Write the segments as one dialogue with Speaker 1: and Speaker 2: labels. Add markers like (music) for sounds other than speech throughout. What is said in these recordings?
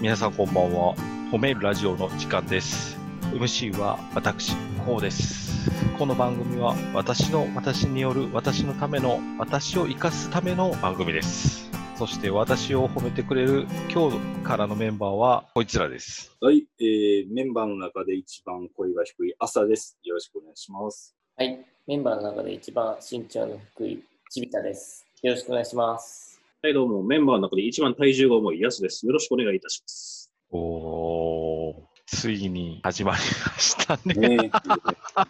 Speaker 1: 皆さんこんばんは褒めるラジオの時間です MC は私こうですこの番組は私の私による私のための私を生かすための番組ですそして私を褒めてくれる今日からのメンバーはこいつらです
Speaker 2: はい、えーメンバーの中で一番声が低い朝です。よろしくお願いします。
Speaker 3: はい、メンバーの中で一番身長の低いちびたです。よろしくお願いします。
Speaker 4: はい、どうも、メンバーの中で一番体重が重いやすです。よろしくお願いいたします。
Speaker 1: おーついに始まりましたね
Speaker 2: ね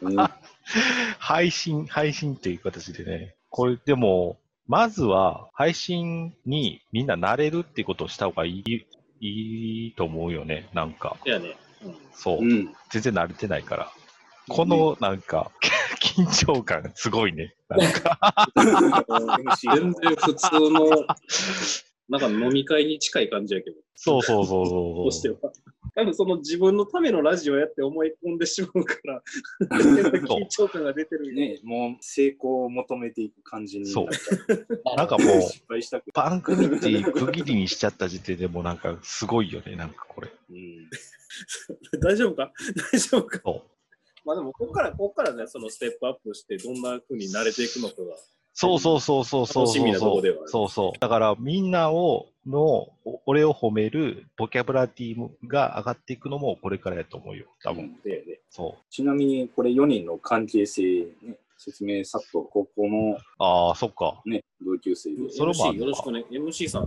Speaker 2: えうん
Speaker 1: (laughs) 配信、配信っていう形でね。これでも、まずは配信にみんな慣れるっていうことをした方がいい、いいと思うよね。なんか、
Speaker 4: いやね、うん
Speaker 1: そう。
Speaker 2: うん、
Speaker 1: 全然慣れてないから。この、なんか、 (laughs) 緊張感すごいね。なんか
Speaker 4: 全然普通の、 (laughs) なんか飲み会に近い感じやけど、
Speaker 1: そうそうそうそうそう。
Speaker 4: としては。多分その自分のためのラジオやって思い込んでしまう (laughs) から、緊張感が出てるよ。
Speaker 2: ねえもう成功を求めていく感じになっちゃう
Speaker 1: なんかもう、
Speaker 2: 失敗したくな
Speaker 1: 番組っていう区切りにしちゃった時点でもうなんかすごいよね。なんかこれ。
Speaker 2: い、
Speaker 4: 大丈夫か (laughs) 大丈夫か
Speaker 1: そう
Speaker 4: まあでも、ここから、ここからね、そのステップアップして、どんな風に慣れていくのかが。
Speaker 1: そうそうそうそうそうそう。
Speaker 4: 楽しみなとこではある
Speaker 1: そうそう。だからみんなを、の、お俺を褒めるボキャブラティが上がっていくのもこれからやと思うよ。多
Speaker 2: う
Speaker 1: 分。
Speaker 2: ん
Speaker 4: でね、
Speaker 1: そう。
Speaker 2: ちなみにこれ4人の関係性、ね、説明さっと高校の、
Speaker 1: ああ、そっか。
Speaker 2: ね、同級生で
Speaker 1: それもあるの
Speaker 4: MC
Speaker 1: か
Speaker 4: よろしくね。MC さん、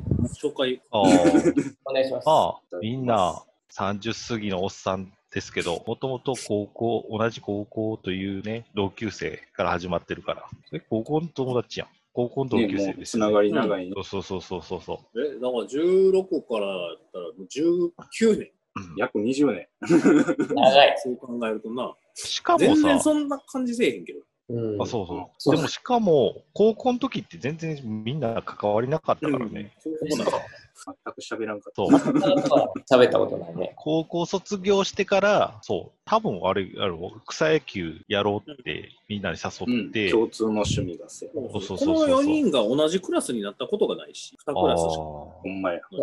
Speaker 4: 紹介。 (laughs)
Speaker 1: あー
Speaker 3: お願いします。
Speaker 1: あー、みんな30過ぎのおっさんですけど、もともと高校、同じ高校というね、同級生から始まってるから。え高校の友達やん。高校の同
Speaker 2: ね、
Speaker 1: 級生
Speaker 2: もう
Speaker 1: です
Speaker 2: つ
Speaker 1: よ
Speaker 2: な
Speaker 1: ね、
Speaker 2: がり長い、ね
Speaker 1: そうそうそうそうそう。
Speaker 4: え、だから16からだったら、もう19年。
Speaker 2: 約20年。
Speaker 3: 長い。
Speaker 4: そう考えるとな、
Speaker 1: しかもさ、
Speaker 4: 全然そんな感じせえへんけど。
Speaker 3: うん
Speaker 1: あそうそう。
Speaker 3: そう
Speaker 1: でもしかも、高校の時って全然みんな関わりなかったからね。
Speaker 4: そういうことなんだ
Speaker 2: 全く喋らんかっ
Speaker 1: そう。
Speaker 3: なかなか喋ったことないね。
Speaker 1: 高校卒業してから、そう、多分あれ、あの、草野球やろうってみんなに
Speaker 2: た。う
Speaker 1: 誘っ
Speaker 2: ん、
Speaker 1: て、
Speaker 2: 共通の趣味がせ。
Speaker 4: こ
Speaker 1: そうそうそう
Speaker 4: の4人が同じクラスになったことがないし、2ク
Speaker 1: あ
Speaker 4: ラスしか。
Speaker 1: ー
Speaker 2: ほんまや。
Speaker 3: そ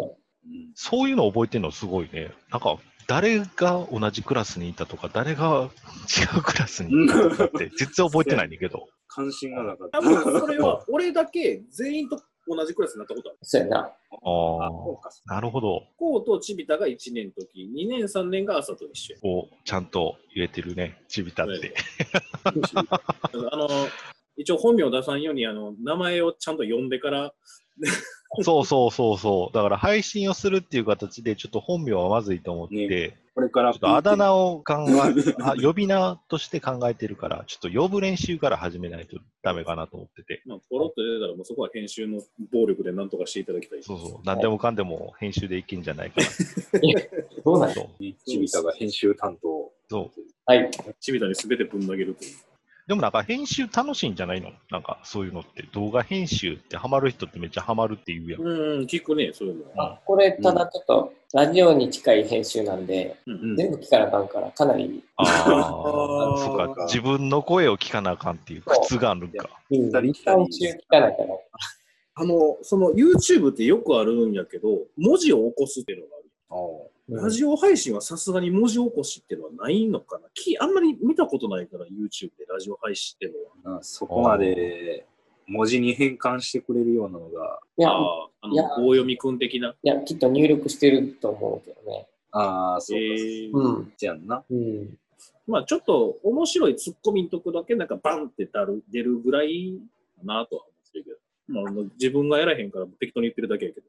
Speaker 2: うん
Speaker 1: そういうの覚えてるのすごいね。なんか、誰が同じクラスにいたとか、誰が違うクラスにいたとかって、全然覚えてないんだけど。
Speaker 2: 関心がなかった。
Speaker 4: 多分それは俺だけ全員と同じクラスになったことある。
Speaker 3: そうやな。
Speaker 1: あ
Speaker 2: あ
Speaker 1: あ
Speaker 2: そうか
Speaker 1: なるほど。
Speaker 4: こうとちびたが1年の時、2年、3年が朝と一緒や。
Speaker 1: こう、ちゃんと言えてるね、ちびたって。
Speaker 4: ねあの一応本名出さんようにあの名前をちゃんと呼んでから、
Speaker 1: そうそうそうそう。だから配信をするっていう形で、ちょっと本名はまずいと思って、
Speaker 2: ね
Speaker 1: ち
Speaker 2: これから
Speaker 1: ょっとあだ名を考え、 (laughs) あ呼び名として考えてるから、ちょっと呼ぶ練習から始めないとダメかなと思ってて。
Speaker 4: まあ、ポロッと出たらもうそこは編集の暴力で何とかしていただきたい。
Speaker 1: そうそう。何でもかんでも編集でいけんじゃないかな。
Speaker 3: どうなん
Speaker 1: そう
Speaker 2: ちびたが編集担当。
Speaker 1: そう。
Speaker 3: はい。
Speaker 4: ちびたに全てぶん投げるという。
Speaker 1: でもなんか編集楽しいんじゃないのなんかそういうのって。動画編集ってハマる人ってめっちゃハマるって言うやん。
Speaker 4: うん、聞くね、そういうのは。
Speaker 3: あこれ、ただちょっと、ラジオに近い編集なんで、
Speaker 2: うん
Speaker 3: 全部聞かなあかんから、かなり、
Speaker 1: あ
Speaker 4: あ
Speaker 1: あ、
Speaker 4: ー
Speaker 1: そっか。自分の声を聞かなあかんっていう苦痛があるんか。
Speaker 3: うん、
Speaker 2: 二人
Speaker 3: 2、3週聞かないから。
Speaker 4: あの、その YouTube ってよくあるんやけど、文字を起こすっていうのがある。
Speaker 2: おう
Speaker 3: うん
Speaker 4: ラジオ配信はさすがに文字起こしっていうのはないのかなきあんまり見たことないから、YouTube でラジオ配信っていうのは。
Speaker 2: なそこまで文字に変換してくれるようなのが、
Speaker 3: いや、い
Speaker 4: ああ、あ
Speaker 3: いや
Speaker 4: の、棒読みくん的な。
Speaker 3: や、きっと入力してると思うけどね。
Speaker 2: ああ、そうか、
Speaker 4: えー
Speaker 3: うん。
Speaker 2: せやんな。
Speaker 3: うん。
Speaker 4: まあちょっと面白いツッコミのとこだけなんかバンって出る出るぐらいかなとは思ってるけど。まああの、自分がやらへんから適当に言ってるだけやけど。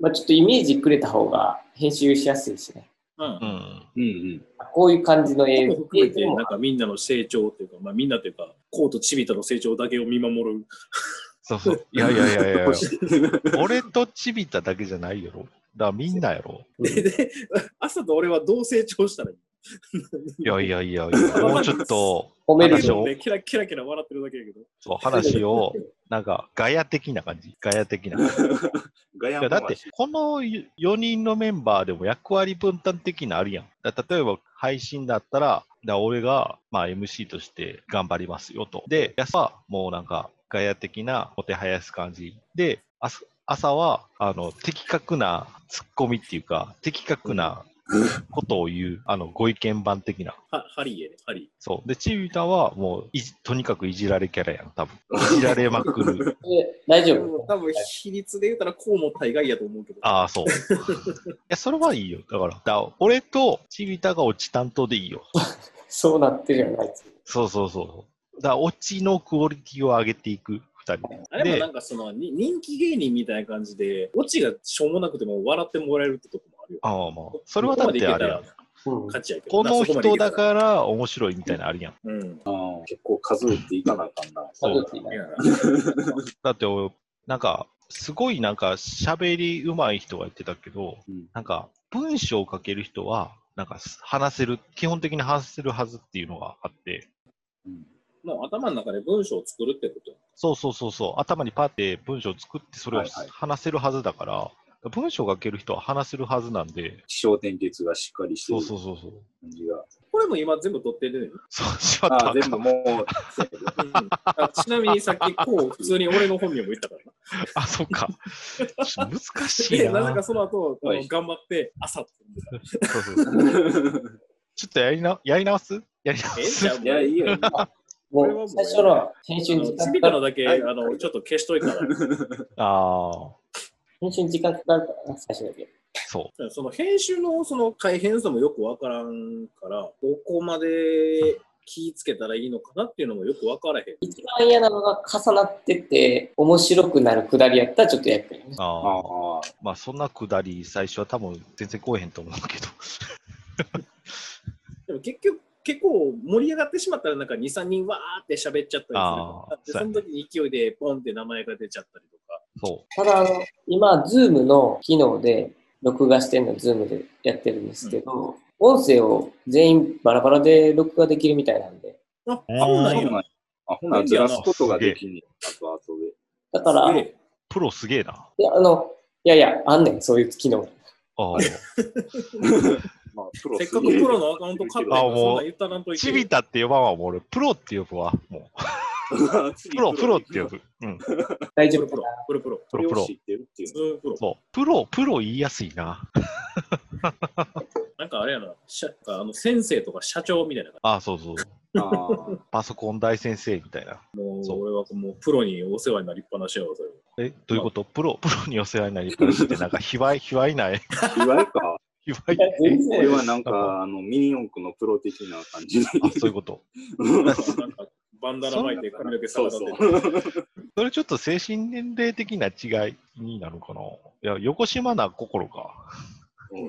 Speaker 3: まあ、ちょっとイメージくれた方が編集しやすいしね。
Speaker 4: う。
Speaker 1: うんん。
Speaker 2: うんうん。
Speaker 3: こういう感じの映像
Speaker 4: そこも含めて、なんかみんなの成長っていうか、まあみんなというか、コーとチビタの成長だけを見守る。
Speaker 1: そうそう。いやいやいやいやいや
Speaker 2: 欲。 (laughs) しい
Speaker 1: 俺とちびただけじゃないやろ。だからみんなやろ。
Speaker 4: で、で朝と俺はどう成長したらいい
Speaker 1: いやいやいやいや、 (laughs) もうちょっと
Speaker 3: 褒める
Speaker 1: 話
Speaker 3: よ。
Speaker 1: を、
Speaker 4: ねキラキラキラ笑ってるだけやけど。
Speaker 1: そう話を、なんかガヤ的な感じ。ガヤ的な感じ。
Speaker 2: ガヤ
Speaker 1: いや
Speaker 2: も
Speaker 1: だって、この4人のメンバーでも役割分担的なあるやん。だ例えば配信だったら、だから俺が、まあ、MC として頑張りますよと。で、安はもうなんかガヤ的なもてはやす感じ。で、あす朝は、あの、的確なツッコミっていうか、的確なことを言う、あの、ご意見番的な。
Speaker 4: はハリーやね、ハリ
Speaker 1: そう。で、チビタはもういじ、とにかくいじられキャラやん、多分。いじられまくる。
Speaker 3: え大
Speaker 4: ー。
Speaker 3: 丈
Speaker 4: でも
Speaker 3: 夫
Speaker 4: 多分、比率で言ったら、こうも大概やと思うけど。
Speaker 1: ああ、そう。いや、それはいいよ。だから、だから俺とチビタがオチ担当でいいよ。
Speaker 3: そうなってるよね、あいつ。
Speaker 1: そうそうそう。だから、オチのクオリティを上げていく、二人。
Speaker 4: あれも
Speaker 1: で
Speaker 4: なんかそのに人気芸人みたいな感じで、オチがしょうもなくても笑ってもらえるってとこもあるよ。
Speaker 1: ああ、まあ、それはだってあれやん。
Speaker 3: うん
Speaker 4: 勝ちやけど
Speaker 1: こ
Speaker 4: な
Speaker 1: の
Speaker 4: そまでい
Speaker 1: 人
Speaker 4: けた
Speaker 1: だから面白いみたいなのあるやん。
Speaker 4: ら。うん。
Speaker 2: うん結構数えていかなあかんな。
Speaker 1: そう
Speaker 3: 数えていないい
Speaker 4: や
Speaker 1: だって俺、なんか、すごいなんか、喋り上手い人が言ってたけど、
Speaker 2: うん
Speaker 1: なんか、文章を書ける人は、なんか、話せる、基本的に話せるはずっていうのがあって、
Speaker 2: うん
Speaker 4: もう頭の中で文章を作るってことや
Speaker 1: そうそうそうそう、頭にパって文章を作って、それを
Speaker 2: はいはい
Speaker 1: 話せるはずだから、文章を書ける人は話せるはずなんで、
Speaker 2: 気象転結がしっかりして
Speaker 1: そう
Speaker 2: る
Speaker 1: そうそうそう。
Speaker 2: 感じが。
Speaker 4: これも今全部撮ってるね。
Speaker 1: そうしまった
Speaker 2: あ
Speaker 1: ら
Speaker 2: あ、
Speaker 1: あか
Speaker 2: 全
Speaker 1: ん
Speaker 2: 部も (laughs)
Speaker 4: うんあちなみにさっき、こう、普通に俺の本名も言ったからな。
Speaker 1: (laughs) あ、そっか。ちょっと難しい
Speaker 4: で、
Speaker 1: な。
Speaker 4: (laughs) なぜかその後、あ
Speaker 2: は
Speaker 4: の
Speaker 2: い
Speaker 4: 頑張って、朝って言って
Speaker 1: そうそう
Speaker 2: う。
Speaker 1: ちょっとやりなやり直すやり
Speaker 4: た。え
Speaker 1: 直
Speaker 4: えじ
Speaker 1: す
Speaker 4: ゃあもう、
Speaker 2: いや、いいよ。
Speaker 4: これは
Speaker 3: も
Speaker 4: もう
Speaker 3: う最初の編集
Speaker 4: あ
Speaker 3: に
Speaker 4: の
Speaker 3: 時
Speaker 4: ち
Speaker 3: 間
Speaker 4: び
Speaker 3: かか
Speaker 4: た
Speaker 3: る
Speaker 4: のだけ、
Speaker 2: はい
Speaker 4: あの、ちょっと消しといたら、
Speaker 1: ああ。
Speaker 3: 編集に時間かかるからな、最初だけ。
Speaker 1: そ
Speaker 4: その編集のその改変さもよくわからんから、どこまで気ぃつけたらいいのかなっていうのもよくわからへん。
Speaker 3: 一番嫌なのが重なってて、面白くなるくだりやったらちょっとやっぱりね
Speaker 1: う。。あ
Speaker 2: あ
Speaker 1: あ
Speaker 2: あ、
Speaker 1: まあ、そんなくだり、最初は多分全然来えへんと思うけど。
Speaker 4: でも結局、結構盛り上がってしまったら、なんか2、3人わーって喋っちゃったりする
Speaker 1: あ
Speaker 4: から
Speaker 1: ー、そう
Speaker 4: でそ
Speaker 1: や
Speaker 4: の
Speaker 1: ね
Speaker 4: 時に勢いでポンって名前が出ちゃったりとか。
Speaker 1: そ
Speaker 3: ただあの、今、ズームの機能で、録画してるの、ズームでやってるんですけど、音声を全員バラバラで録画できるみたいなんで、
Speaker 4: あ、
Speaker 1: うん
Speaker 4: そう
Speaker 2: あ
Speaker 4: なん
Speaker 2: そう
Speaker 4: や
Speaker 2: なん。や。あ、ほな、ずらすことができんねん。あと、あとで。
Speaker 3: だから、
Speaker 4: すげ
Speaker 3: い
Speaker 4: え
Speaker 1: う。プロすげえな。
Speaker 3: や、あの、いやいや、あんねん、そういう機能。
Speaker 1: あ
Speaker 2: (laughs) まあ、プロ
Speaker 4: せっ
Speaker 2: す
Speaker 4: かく
Speaker 2: げえ
Speaker 4: プロのアカウント買った
Speaker 1: あ
Speaker 4: の
Speaker 1: もう
Speaker 4: にそんなん言ったらんと
Speaker 1: あ。
Speaker 4: い
Speaker 1: ち
Speaker 4: て。
Speaker 1: びたって呼ばんわ、もう俺。プロって呼ぶわ。もう。プロ、プロって呼ぶ。うん。
Speaker 3: 大
Speaker 4: プ
Speaker 3: 丈
Speaker 4: ロ
Speaker 3: 夫
Speaker 4: (laughs) プ
Speaker 3: か
Speaker 4: ロ
Speaker 3: な。、
Speaker 4: プロプロ。
Speaker 1: プロ、プロ
Speaker 2: 知。ってるっていう
Speaker 4: ズ。ームプロ。
Speaker 1: そう。プロ、プロ言いやすいな。
Speaker 4: なんかあれやな、社あの先生とか社長みたいな感
Speaker 1: ああ、そうそう。
Speaker 2: ああ、
Speaker 1: パソコン大先生みたいな。
Speaker 4: じ。もう
Speaker 1: そう
Speaker 4: 俺はもうプロにお世話になりっぱなしやわ、それ。
Speaker 1: え、どういうことプロ、プ (laughs) ロにお世話になりっぱなしって、なんか、卑 (laughs) 猥、卑猥ない。
Speaker 2: 言われか。
Speaker 1: 卑猥
Speaker 3: いや全
Speaker 2: こ
Speaker 3: 然
Speaker 2: れはなんか、あの、ミニ四駆のプロ的な感じ。
Speaker 1: あ、そういうこと。
Speaker 4: なんかバンダナ巻いて髪の毛
Speaker 2: そ
Speaker 4: 逆
Speaker 2: う
Speaker 4: 立
Speaker 2: そ
Speaker 4: てて。
Speaker 2: う。
Speaker 1: それちょっと精神年齢的な違いになるかな。いや、横島な心か。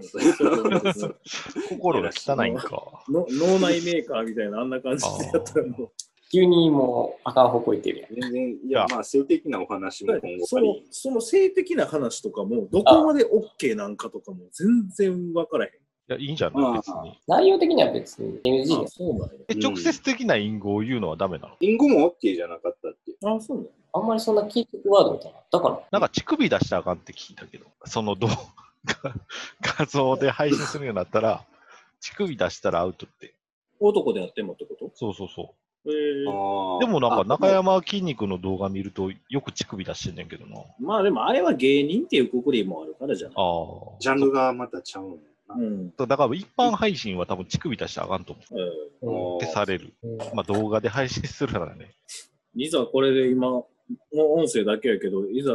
Speaker 4: そう
Speaker 1: 心が汚いんか。
Speaker 4: の脳内メーカーみたいな、あんな感じでやったらもう。
Speaker 3: (laughs) 急にもう、あかん方向行ってるやん。
Speaker 2: 全然、 (laughs) いや、まあ、性的なお話も今後
Speaker 4: そ
Speaker 2: あ
Speaker 4: の
Speaker 2: り。
Speaker 4: その性的な話とかも、どこまで OK なんかとかも全然分からへん。
Speaker 1: いや、いいんじゃない別に。
Speaker 3: 内容的には別に NG
Speaker 4: あ
Speaker 3: です。
Speaker 4: そうなん
Speaker 1: え、
Speaker 2: うん
Speaker 1: 直接的な隠語を言うのはダメなの
Speaker 2: リンゴも OK じゃなかったって。
Speaker 4: や。あ、そうなんや。
Speaker 3: あんまりそんな聞いてくワードみたいな。だから、
Speaker 1: なんか乳首出したらあかんって聞いたけど、その動画、 (laughs) 画像で配信するようになったら、乳首出したらアウトって。
Speaker 4: 男でやってもってこと
Speaker 1: そうそうそ
Speaker 4: え
Speaker 2: あ
Speaker 4: ー、
Speaker 1: う。
Speaker 2: ー
Speaker 1: でもなんか中。
Speaker 2: あ
Speaker 1: 山筋肉の動画見ると、よく乳首出してんねんけどな。あ
Speaker 4: まあでもあれは芸人っていうくくりもあるからじゃない。
Speaker 1: あ。
Speaker 2: ジャンルがまたちゃうんやな。
Speaker 4: うん。
Speaker 1: だから一般配信は多分乳首出したらあかんと思
Speaker 4: えー
Speaker 3: うん
Speaker 1: ってされる。
Speaker 3: うん
Speaker 1: まあ動画で配信するならね。
Speaker 4: 実はこれで今、もう音声だけやけど、いざ、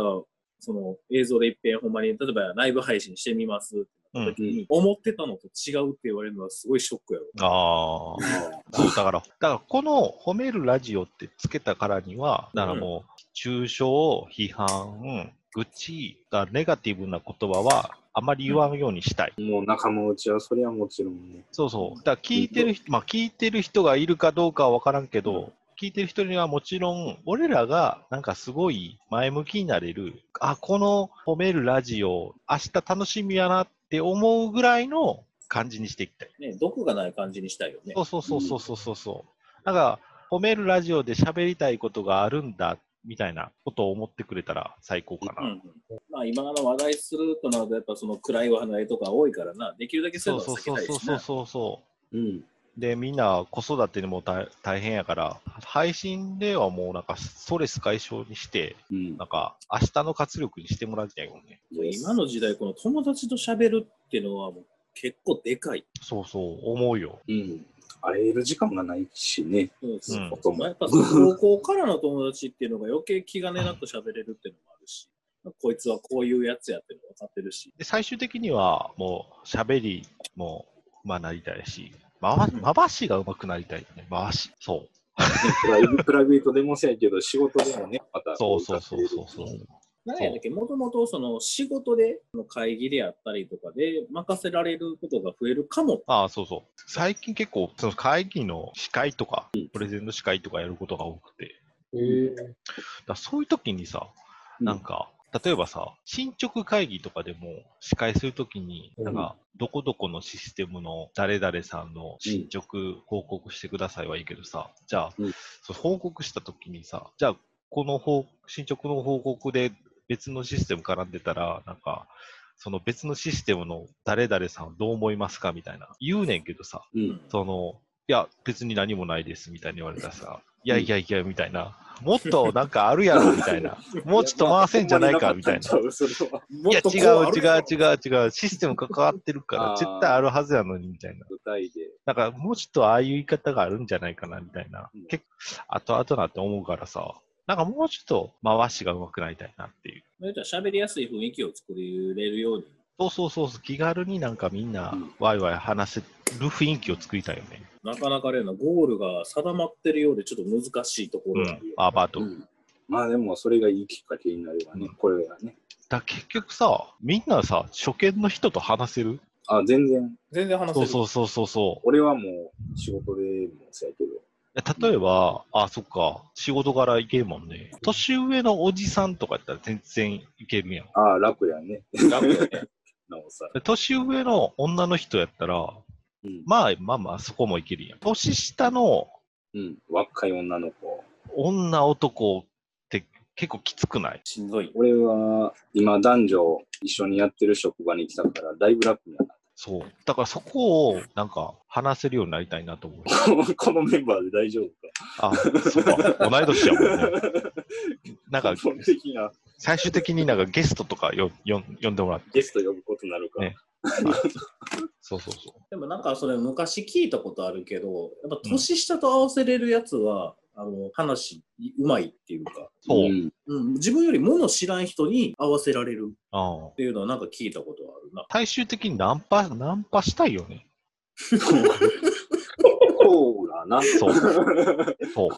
Speaker 4: その映像で一遍ほんまに、例えばライブ配信してみますって
Speaker 1: う
Speaker 4: 言った
Speaker 1: ん。
Speaker 4: 時に、思ってたのと違うって言われるのはすごいショックやろ。
Speaker 1: ああ。そうだから、だからこの褒めるラジオってつけたからには、だからもう、中傷、批判、愚痴、だからネガティブな言葉はあまり言わんようにしたい。
Speaker 2: もう仲間内はそれはもちろんね。
Speaker 1: そうそう。だから聞いてる人、まあ聞いてる人がいるかどうかはわからんけど、
Speaker 4: うん
Speaker 1: 聞いてる人にはもちろん、俺らがなんかすごい前向きになれる、あ、この褒めるラジオ、明日楽しみやなって思うぐらいの感じにしていきたい。
Speaker 4: ね、毒がない感じにしたいよね
Speaker 1: そ。うそうそうそうそうそうそう。なんか、褒めるラジオで喋りたいことがあるんだ、みたいなことを思ってくれたら最高か
Speaker 4: うんう
Speaker 1: な。
Speaker 4: んまあ、今の話題するとなると、やっぱその暗い話題とか多いからな、できるだけそういうのは
Speaker 1: そう
Speaker 4: 避
Speaker 1: そう
Speaker 4: けたい
Speaker 1: そう
Speaker 4: し
Speaker 1: そう
Speaker 4: な。
Speaker 1: そうそう。
Speaker 2: うん。
Speaker 1: で、みんな子育てにも大大変やから、配信ではもうなんかストレス解消にして、
Speaker 2: うん
Speaker 1: なんか明日の活力にしてもらいたいよね。
Speaker 4: もう今の時代、この友達と喋るっていうのはもう結構でかい。
Speaker 1: そうそう、思うよ。
Speaker 2: うん。会える時間がないしね。
Speaker 4: そうです
Speaker 1: うん
Speaker 2: ことも
Speaker 4: やっぱその高校からの友達っていうのが余計気兼ねなく喋れるっていうのもあるし、こいつはこういうやつやってるの分かってるし、
Speaker 1: で、最終的にはもう喋りもまあなりたいし、まわまわしが上手くなりたいよね。まわし。そう。
Speaker 2: プライプライベ (laughs) ートでもせんけど、仕事でもね、また
Speaker 1: そうそうそうそうそう。
Speaker 4: なんやだっけ、もともとその仕事で、その会議であったりとかで任せられることが増えるかも。
Speaker 1: ああ、そうそう。最近結構、その会議の司会とか、プレゼンの司会とかやることが多くて、
Speaker 3: うん。
Speaker 1: だからそういう時にさ、
Speaker 2: うん
Speaker 1: なんか、例えばさ、進捗会議とかでも司会するときに、
Speaker 3: うん
Speaker 1: なんか、どこどこのシステムの誰々さんの進捗報告してくださいはいいけどさ、じゃあ、
Speaker 2: うん
Speaker 1: そう報告したときにさ、じゃあ、この報進捗の報告で別のシステム絡んでたら、なんか、その別のシステムの誰々さんはどう思いますかみたいな言うねんけどさ、
Speaker 2: うん。
Speaker 1: その、いや、別に何もないですみたいに言われたらさ、いやいやいやみたいな、もっとなんかあるやろみたいな、もうちょっと回せんじゃないかみたいな。
Speaker 2: や。まあほんまにかったんちゃうそれは
Speaker 1: いうや、
Speaker 4: っとこ
Speaker 1: 違う
Speaker 4: ある
Speaker 1: 違う違う違う、システム関わってるから、
Speaker 2: あー
Speaker 1: 絶対あるはずやのにみたいな。
Speaker 2: 舞台で。
Speaker 1: なんか、もうちょっとああいう言い方があるんじゃないかなみたいな
Speaker 2: うん、
Speaker 1: 結構、後々なって思うからさ、なんかもうちょっと回しが上手くなりたいなっていう。
Speaker 4: 言うたら喋りやすい雰囲気を作れるように。
Speaker 1: そうそうそうそう、気軽になんかみんな
Speaker 2: うん、
Speaker 1: ワイワイ話せる雰囲気を作りたいよね。
Speaker 4: なかなかあれやな、ゴールが定まってるようでちょっと難しいとこ
Speaker 1: う
Speaker 4: ろがあ
Speaker 1: ん
Speaker 4: るよ、。
Speaker 1: アバート。
Speaker 2: うんまあでも、それがいいきっかけになればね、これがね。
Speaker 1: だ結局さ、みんなさ、初見の人と話せる
Speaker 2: あ、全然、
Speaker 4: 全然話せ
Speaker 1: そ
Speaker 4: る。
Speaker 1: うそうそうそうそう。
Speaker 2: 俺はもう仕事でもそうやけど、
Speaker 1: いや例えば、あ、そっか、仕事柄いけるもんね。年上のおじさんとかやったら全然いけるやん。
Speaker 2: ああ、楽やね、
Speaker 4: ラブやね
Speaker 2: (laughs) なおさら。
Speaker 1: で年上の女の人やったら、
Speaker 2: うん、
Speaker 1: まあまあまあそこもいけるやん。年下の
Speaker 2: うん、若い女の子。
Speaker 1: 女男って結構きつくない
Speaker 4: しんどい。
Speaker 2: 俺は今男女一緒にやってる職場に来たからだいぶ楽になっ
Speaker 1: そう。だからそこをなんか話せるようになりたいなと思う。
Speaker 2: た。このメンバーで大丈夫
Speaker 1: あ、そっか、同い年やも
Speaker 2: (laughs)
Speaker 1: んね。
Speaker 2: か。
Speaker 1: なんか
Speaker 2: 基本的な
Speaker 1: 最終的になんかゲストとかよよ呼んでもらって。
Speaker 2: ゲスト呼ぶことになるから。
Speaker 1: ねそうそうそう。
Speaker 4: でもなんかそれ昔聞いたことあるけど、やっぱ年下と合わせれるやつは、あの話うまいっていうか、
Speaker 1: そう。
Speaker 2: ん
Speaker 4: うん、自分よりもの知らん人に合わせられるっ
Speaker 1: ああ
Speaker 4: ていうのはなんか聞いたことはあるな。
Speaker 1: 最終的にナンパ、ナンパしたいよね。
Speaker 2: そうだな。 (laughs)
Speaker 1: そう。そう。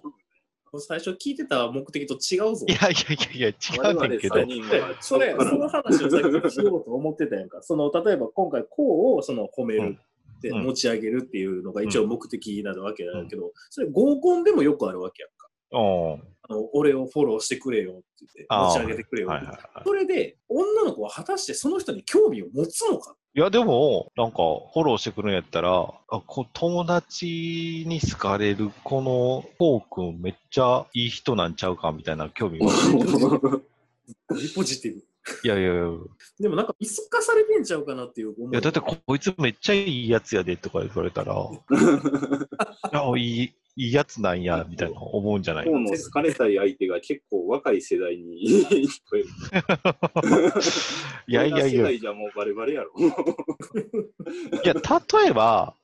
Speaker 4: 最初聞いてた目的と違うぞ
Speaker 1: い。やいやいやいや、違うねんけど
Speaker 2: 我々三。人は
Speaker 4: そ
Speaker 2: (laughs)
Speaker 4: れ、その話をさっきしようと思ってたやんか。その、例えば今回、こうをその褒める
Speaker 1: う
Speaker 4: って、
Speaker 1: ん
Speaker 4: 持ち上げるっていうのが一応目的になるわけだけど、それ合コンでもよくあるわけやんか。
Speaker 1: うん。
Speaker 4: あの俺をフォローしてくれよって言って、
Speaker 1: あー
Speaker 4: 持ち上げてくれよっ
Speaker 1: は
Speaker 4: て
Speaker 1: いはいはい。
Speaker 4: それで、女の子は果たしてその人に興味を持つのか
Speaker 1: いや、でも、なんか、フォローしてくるんやったら、あこ友達に好かれる、この、こうくんめっちゃいい人なんちゃうか、みたいな興味 (laughs) も。
Speaker 4: ポジティブ。
Speaker 1: いやいやいや。い
Speaker 4: でもなんか見透かされてんちゃうかなっていう思い
Speaker 1: や、だってこいつめっちゃいいやつやで、とか言われた (laughs) ら、いや、いい、いいやつなんや、みたいな思うんじゃない
Speaker 2: 今日の好かれたい相手が結構若い世代に (laughs) 聞こえる。
Speaker 1: いやいやい
Speaker 2: 俺ら
Speaker 1: や
Speaker 2: 世。代じゃもうバレバ
Speaker 1: (laughs)
Speaker 2: レやろ。
Speaker 1: いや、例えば、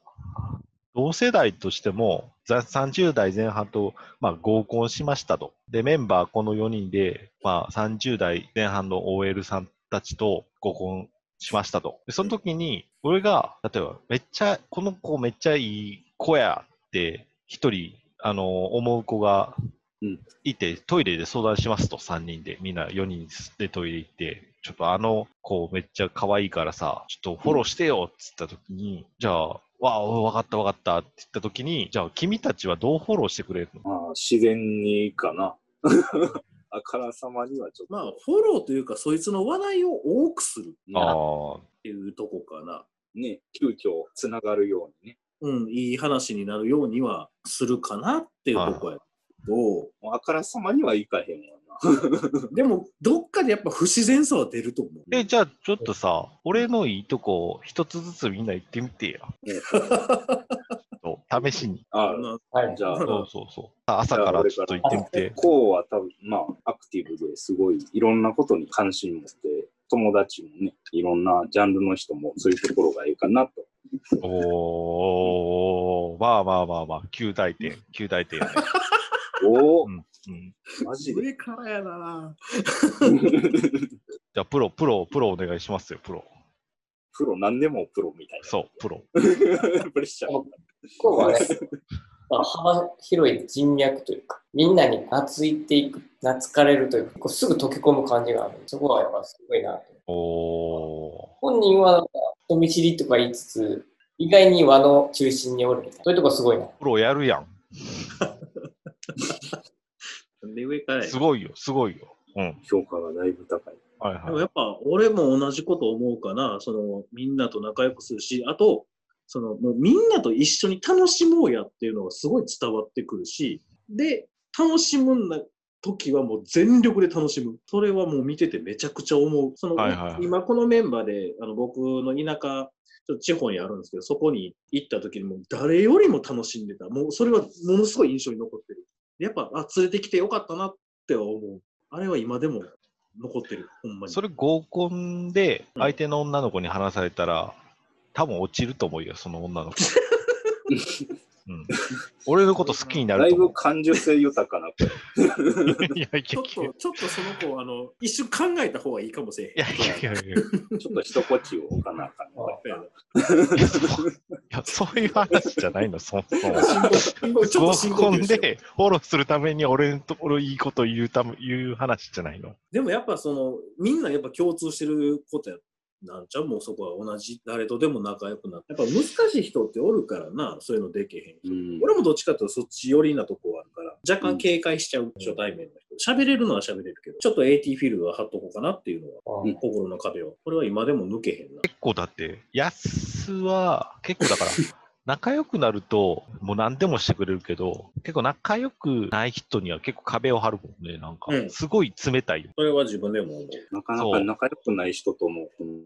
Speaker 1: 同世代としても、ざ30代前半と、まあ、合コンしましたと。で、メンバーこの4人で、まあ、30代前半の OL さんたちと合コンしましたと。で、その時に、俺が、例えば、めっちゃ、この子めっちゃいい子やって、一人、あの、思う子が
Speaker 2: うん
Speaker 1: いて、トイレで相談しますと、3人で、みんな4人でトイレ行って、ちょっとあの子めっちゃ可愛いからさ、ちょっとフォローしてよっつった時に、じゃあ、わあ、わかったわかったって言った時に、じゃあ君たちはどうフォローしてくれるの
Speaker 2: まあ、自然にかな。 (laughs) あからさまにはちょっと。
Speaker 4: まあ、フォローというか、そいつの話題を多くするっ
Speaker 1: ああ、
Speaker 4: ていうとこかな。
Speaker 2: ね、急遽つながるようにね。
Speaker 4: うん、いい話になるようにはするかなっていうとこやと、
Speaker 2: もうあからさまにはいかへんわ
Speaker 4: でも、どっかでやっぱ不自然さは出ると思う。
Speaker 1: で、じゃあちょっとさ、俺のいいとこ一つずつみんな言ってみてや。
Speaker 2: ね
Speaker 1: と試しに。
Speaker 2: あ
Speaker 4: な
Speaker 3: (laughs) はい
Speaker 2: じ。ゃあ、
Speaker 1: そうそうそう。朝からちょっと行ってみて。
Speaker 2: こうは多分、まあ、アクティブですごい、いろんなことに関心持って、友達もね、いろんなジャンルの人も、そういうところがいいかなと。
Speaker 1: おー、まあまあまあまあ、9大点、9大点やね。
Speaker 2: おお、
Speaker 1: うん、
Speaker 2: マジ
Speaker 4: (laughs)
Speaker 2: で。
Speaker 4: 上からやな。
Speaker 1: じゃあ、プロ、プロ、プロお願いしますよ、プロ。
Speaker 2: プロ、何でもプロみたいな。
Speaker 1: そう、プロ。
Speaker 2: (laughs) プレッシャー。
Speaker 3: 今日はね、まあ、幅広い人脈というか、みんなに懐いていく、懐かれるというか、こうすぐ溶け込む感じがある。そこはやっぱすごいなと。
Speaker 1: お
Speaker 3: 本人はなんか人見知りとか言いつつ、意外に輪の中心におるみたいな。そういうとこすごいな。
Speaker 1: ー、プロやるやん。
Speaker 4: なんで上からや
Speaker 1: すごいよ、すごいよ。うん。
Speaker 2: 評価がだいぶ高い。
Speaker 1: はい
Speaker 4: でも
Speaker 1: はい。
Speaker 4: やっぱ俺も同じこと思うかな、そのみんなと仲良くするし、あと、そのもうみんなと一緒に楽しもうやっていうのがすごい伝わってくるし、で、楽しむんだ時はもう全力で楽しむ。それはもう見ててめちゃくちゃ思う。その、
Speaker 1: はいはいはい
Speaker 4: 今このメンバーで、あの僕の田舎、ちょっと地方にあるんですけど、そこに行った時にもう誰よりも楽しんでた。もうそれはものすごい印象に残ってる。やっぱ、あ、連れてきてよかったなっては思う。あれは今でも残ってる。ほんまに。
Speaker 1: それ合コンで相手の女の子に話されたら、多分落ちると思うよ、その女の子。
Speaker 4: (laughs)
Speaker 1: うん、俺のこと好きにな
Speaker 2: だ
Speaker 1: る
Speaker 2: い
Speaker 1: と思
Speaker 2: ぶ
Speaker 1: う。
Speaker 2: 感受性豊かな声。
Speaker 1: いやいやい
Speaker 4: ちょっと、ちょっとその子、あの、一瞬考えた方がいいかもしれへん。
Speaker 1: やいやいやいやいや
Speaker 2: ちょっと一呼吸を置かなあかんね。
Speaker 1: いやそうい (laughs) やそういう話じゃないの、そもそも。
Speaker 4: 深呼吸ちょっと深呼
Speaker 1: 合コン
Speaker 4: 吸してよ
Speaker 1: でフォローするために俺のところいいこと言うため言う話じゃないの。
Speaker 4: でもやっぱその、みんなやっぱ共通してることや。なんちゃうもうそこは同じ、誰とでも仲良くなって。やっぱ難しい人っておるからな、そういうのできへん。
Speaker 2: うん。
Speaker 4: 俺もどっちかというとそっち寄りなとこはあるから、若干警戒しちゃう、初対面の人。喋れるのは喋れるけど、ちょっと AT フィールドは貼っとこうかなっていうのは、
Speaker 3: あ
Speaker 2: うん
Speaker 4: 心の壁は。これは今でも抜けへんな。
Speaker 1: 結構だって、安は結構だ
Speaker 2: (laughs)
Speaker 1: から、仲良くなると、もう何でもしてくれるけど、結構仲良くない人には結構壁を張るもんね、なんか
Speaker 4: う、ん
Speaker 1: すごい冷たいよ。
Speaker 4: それは自分でも思う。
Speaker 2: なかな
Speaker 1: そ
Speaker 2: か
Speaker 1: う
Speaker 2: 仲良くない人とも、この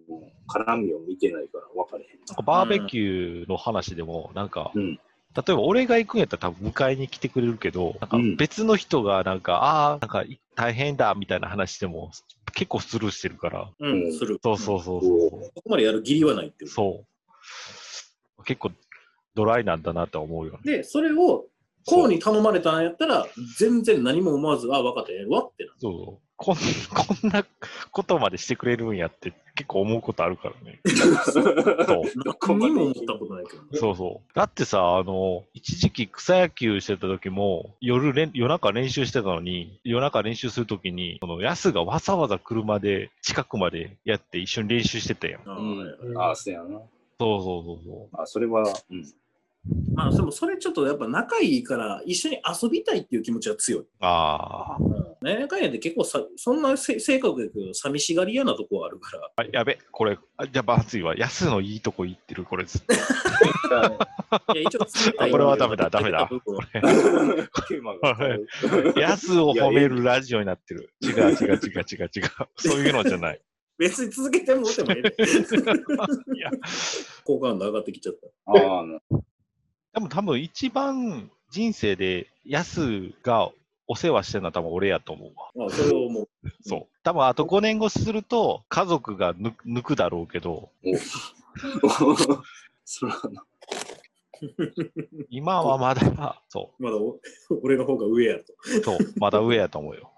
Speaker 2: 絡みを見てないから分かれへん。
Speaker 1: なんかバーベキューの話でも、なんか、
Speaker 2: うん
Speaker 1: 例えば俺が行くんやったら多分迎えに来てくれるけど、なんか
Speaker 2: うん
Speaker 1: 別の人がなんか、ああ、なんかい大変だみたいな話でも結構スルーしてるから、
Speaker 4: う、
Speaker 2: うんん
Speaker 4: する。
Speaker 1: そうそうそうそう。
Speaker 4: そこまでやる義理はないっていう。
Speaker 1: そう。結構ドライなんだなとは思うよね。
Speaker 4: で、それを、こうに頼まれたんやったら、全然何も思わず、あ、分かった、やるわってなる。
Speaker 1: そうそうこんこんなことまでしてくれるんやって結構思うことあるからね。そう
Speaker 2: こ
Speaker 4: 何
Speaker 2: ま
Speaker 4: に
Speaker 2: で
Speaker 4: も思ったことないけどね。
Speaker 1: (laughs) そうそう。だってさ、あの、一時期草野球してた時も、夜れん、夜中練習してたのに、夜中練習する時に、その、ヤスがわざわざ車で近くまでやって一緒に練習してたやん。
Speaker 4: あ
Speaker 2: うん (laughs)
Speaker 4: ー
Speaker 2: ああ、そうやな。
Speaker 1: そうそうそうそう。
Speaker 2: あそれは、
Speaker 1: (laughs)
Speaker 2: うん。
Speaker 4: まあ、でもそれちょっとやっぱ仲いいから、一緒に遊びたいっていう気持ちは強い。
Speaker 1: あ
Speaker 4: なんやかんやで結構さ、そんなせ性格やけど、寂しがり屋なとこはあるから。
Speaker 1: (laughs) ーあ、やべ、これ、あじゃあバツイは、ヤスのいいとこ行ってる、これずっと。
Speaker 4: いや、一応冷たい
Speaker 1: あこれはダメ
Speaker 4: (laughs)
Speaker 1: だダメだ
Speaker 4: 部分は
Speaker 2: テーマが変わる
Speaker 1: ヤスを褒めるラジオになってる。違う違う違う違う違う。そういうのじゃない。
Speaker 4: 別に続けてもうてもええで。
Speaker 1: (laughs) いや、
Speaker 4: 好感度上がってきちゃった。
Speaker 2: ああ、な
Speaker 1: でも多分一番人生でヤスがお世話してるのは多分俺やと思うわ。
Speaker 4: まあ、それをもう、
Speaker 1: そう。多分あと5年後すると家族が抜く抜くだろうけど、
Speaker 2: そらな
Speaker 1: 今はまだ、そ
Speaker 4: まだお (laughs) 俺の方が上やと。
Speaker 1: う、そう、まだ上やと思うよ。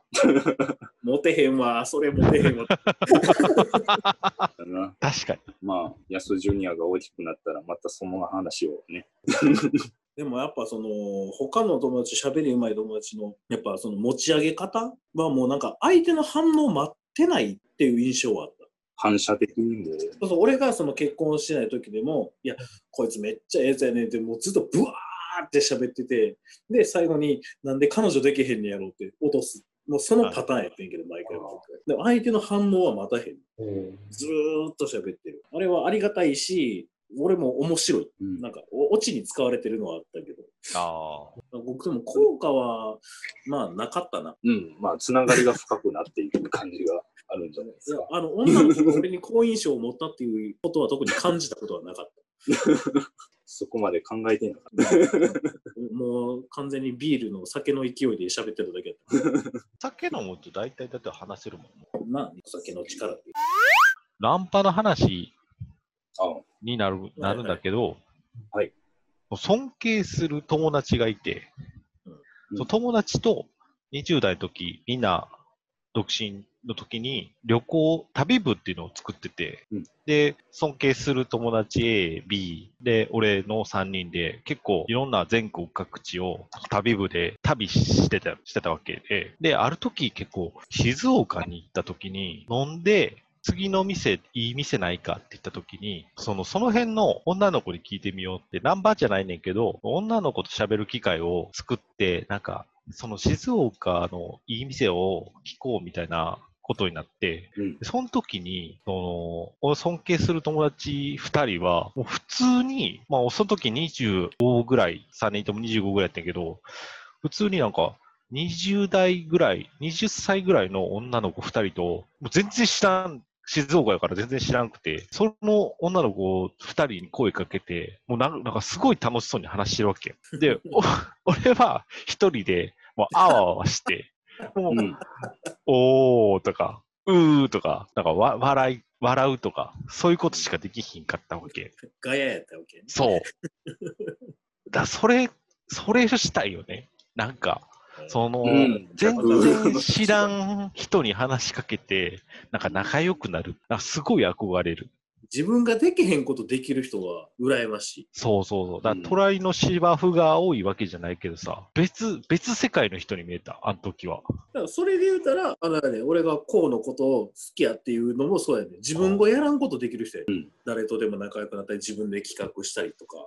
Speaker 4: モテへんわ、それモテへんわ。 (laughs)
Speaker 2: だな。
Speaker 1: 確かに。
Speaker 2: まあ、安ジュニアが大きくなったら、またその話をね。
Speaker 4: でもやっぱその他の友達喋りうまい友達のやっぱその持ち上げ方はもうなんか相手の反応を待ってないっていう印象はあった。
Speaker 2: 反射的にも、
Speaker 4: そうそう俺がその結婚してない時でも「いやこいつめっちゃええやつやねん」ってもうずっとブワーって喋っててで最後に「なんで彼女できへんねやろ」って落とすもうそのパターンやってんけど毎回
Speaker 2: あ
Speaker 4: でも相手の反応は待たへん
Speaker 3: うん
Speaker 4: ずーっと喋ってるあれはありがたいし俺も面白い
Speaker 2: うん
Speaker 4: なんかおオチに使われてるのはあったけど
Speaker 1: ああ。
Speaker 4: 僕でも効果はまあなかったな。
Speaker 2: うん、まあ、つながりが深くなっていく感じがあるんじゃないですか。
Speaker 4: あの女の子が俺に好印象を持ったっていうことは特に感じたことはなかっ
Speaker 2: そこまで考えてなかっ
Speaker 4: (laughs) もう完全にビールの酒の勢いで喋ってただけだっ
Speaker 1: 酒飲むと大体だって話せるもん。
Speaker 4: た。な、お酒の力って。
Speaker 1: ナンパの話
Speaker 2: た。あ
Speaker 1: になるなるんだけど、
Speaker 2: はい
Speaker 1: もう尊敬する友達がいて、
Speaker 4: うん
Speaker 1: その友達と20代の時、みんな独身の時に旅行、旅部っていうのを作ってて、
Speaker 2: うん
Speaker 1: で、尊敬する友達 A、B で、俺の3人で結構いろんな全国各地を旅部で旅してたしてたわけで、で、ある時結構静岡に行った時に飲んで、次の店、いい店ないかって言った時に、その、その辺の女の子に聞いてみようって、ナンバーじゃないねんけど、女の子と喋る機会を作って、なんか、その静岡のいい店を聞こうみたいなことになって、
Speaker 2: うん
Speaker 1: でその時に、その、俺尊敬する友達2人は、もう普通に、まあ、その時25ぐらい、3人とも25ぐらいやったんやけど、普通になんか、20代ぐらい、20歳ぐらいの女の子2人と、もう全然知らん、静岡やから全然知らんくて、その女の子2人に声かけて、もうなんなんかすごい楽しそうに話してるわけ。で、お (laughs) 俺は1人で、もうあわあわして、もう
Speaker 2: う、ん。
Speaker 1: おーとか、うーとか、なんかわ笑い、笑うとか、そういうことしかできひんかったわけ。
Speaker 4: ガヤやったわけね。
Speaker 1: そう。
Speaker 4: (laughs)
Speaker 1: だそれ、それしたいよね。なんか、その、
Speaker 2: うん
Speaker 1: 全然知らん人に話しかけて、なんか仲良くなる。なんかすごい憧れる。
Speaker 4: (laughs) 自分ができへんことできる人は羨ましい。
Speaker 1: そうそうそう。だ
Speaker 2: うん
Speaker 1: からトライの芝生が多いわけじゃないけどさ、別、別世界の人に見えた、あの時は。
Speaker 4: だからそれで言うたら、あのね、俺がこうのことを好きやっていうのもそうやね。自分がやらんことできる人や、ね誰とでも仲良くなったり、自分で企画したりとか、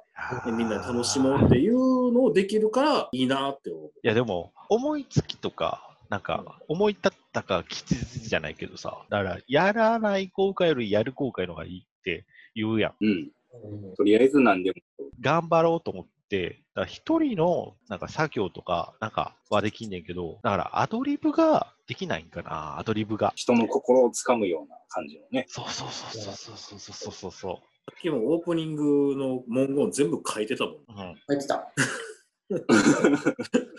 Speaker 4: でみんな楽しもうっていうのをできるからいいなって思う。
Speaker 1: いやでも、思いつきとか、なんか、思い立ったか吉日じゃないけどさ、だから、やらない後悔よりやる後悔の方がいいって言うやん。
Speaker 2: うん。
Speaker 3: うん
Speaker 2: とりあえず何でも。
Speaker 1: 頑張ろうと思って、だから一人の、なんか作業とか、なんかはできんねんけど、だからアドリブができないんかな、アドリブが。
Speaker 2: 人の心をつかむような感じのね。
Speaker 1: そうそうそうそうそうそうそうそうそ
Speaker 4: さっきもオープニングの文言全部書いてたもん。
Speaker 1: う。うん。
Speaker 3: 入ってた。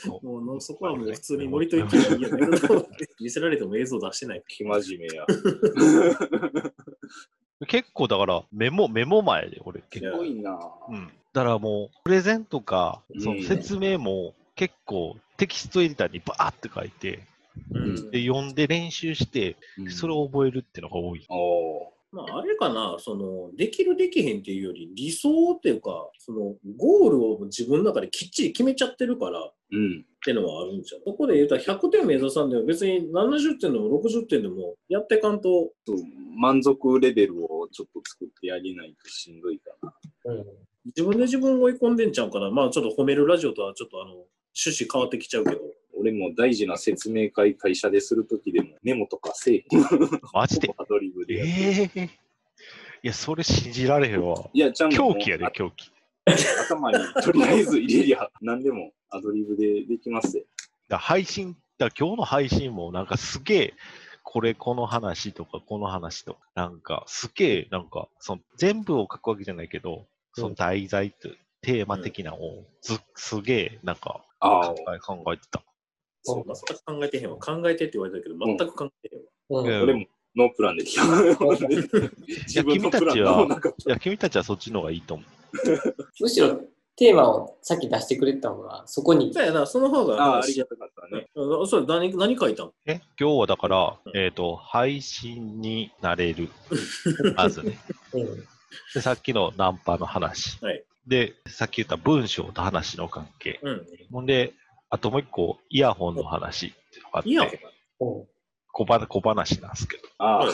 Speaker 1: そう
Speaker 4: もうのそこはもう普通に森と一気にやめると思って (laughs) 見せられても映像出してない。
Speaker 2: 生真面目や。
Speaker 1: 結構だから、メモ、メモ前で、俺、結
Speaker 2: すごいなぁ。
Speaker 1: うん、だからもうプレゼンとかそ
Speaker 2: うん
Speaker 1: の説明も結構テキストエディターにバーって書いて
Speaker 2: うん
Speaker 1: で読んで練習して
Speaker 2: うん
Speaker 1: それを覚えるっていうのが多い、
Speaker 2: おー
Speaker 4: まあ、あれかな、その、できるできへんっていうより、理想っていうか、その、ゴールを自分の中できっちり決めちゃってるから、
Speaker 2: うん。
Speaker 4: ってのはあるんじゃん。そこで言うたら100点目指さんでも別に70点でも60点でもやってかんと、
Speaker 2: ちょっと満足レベルをちょっと作ってやりないとしんどいかな。
Speaker 3: うん
Speaker 4: 自分で自分を追い込んでんちゃうから、まあちょっと褒めるラジオとはちょっとあの、趣旨変わってきちゃうけど、
Speaker 2: 俺も大事な説明会会社でするときでもメモとかせえへん。
Speaker 1: マジで
Speaker 2: アドリブでやってる。
Speaker 1: ええいやそれ信じられへんわ
Speaker 2: いや、ちゃんと
Speaker 1: 狂気やで狂気
Speaker 2: あ頭にとりあえず入れりゃ、何でもアドリブでできますよ。
Speaker 1: だ配信だ今日の配信もなんかすげえこれこの話とかこの話とかなんかすげえなんかその全部を書くわけじゃないけどその題材とテーマ的なのをず、すげえなんか
Speaker 2: ああ
Speaker 1: 考、え考えてた。
Speaker 2: そう
Speaker 4: まあ、それは考えてへんわ。考えてって言われたけど、全く考えてへんわ。
Speaker 3: うん
Speaker 1: いや
Speaker 2: 俺もノープランできた。 (laughs) 自分のプラン何もなかっ
Speaker 1: いや、君たちはそっちの方がいいと思う。
Speaker 3: むしろテーマをさっき出してくれてた方が、そこに
Speaker 4: そうやな、その方
Speaker 2: た。
Speaker 4: が、
Speaker 2: ああ、ありがたかったね。
Speaker 4: うんそう何何書いたん
Speaker 1: え今日はだから
Speaker 4: うん、
Speaker 1: えっ、と、配信になれる。まずね。
Speaker 3: うん
Speaker 1: で、さっきのナンパの話。
Speaker 4: はい
Speaker 1: で、さっき言った文章と話の関係。
Speaker 4: うん。
Speaker 1: ほんで、あともう一個、イヤホンの話っていうのがあっ
Speaker 4: いいやん。
Speaker 1: て、小ば小話なんですけど、
Speaker 2: ああ、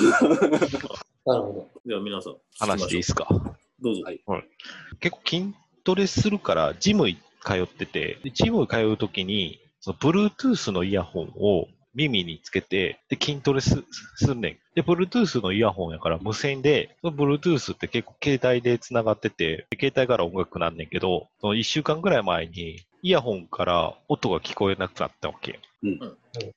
Speaker 3: なるほ
Speaker 4: では皆さん、
Speaker 1: 話していいですか
Speaker 4: どうぞ。
Speaker 2: はい
Speaker 1: 結構筋トレするから、ジム通ってて、でジム通うときに、その Bluetooth のイヤホンを耳につけて、で、筋トレすすんねん。で、Bluetooth のイヤホンやから無線で、その Bluetooth って結構携帯で繋がってて、で携帯から音楽なんねんけど、その1週間ぐらい前に、イヤホンから音が聞こえなくなったわけ。
Speaker 2: うん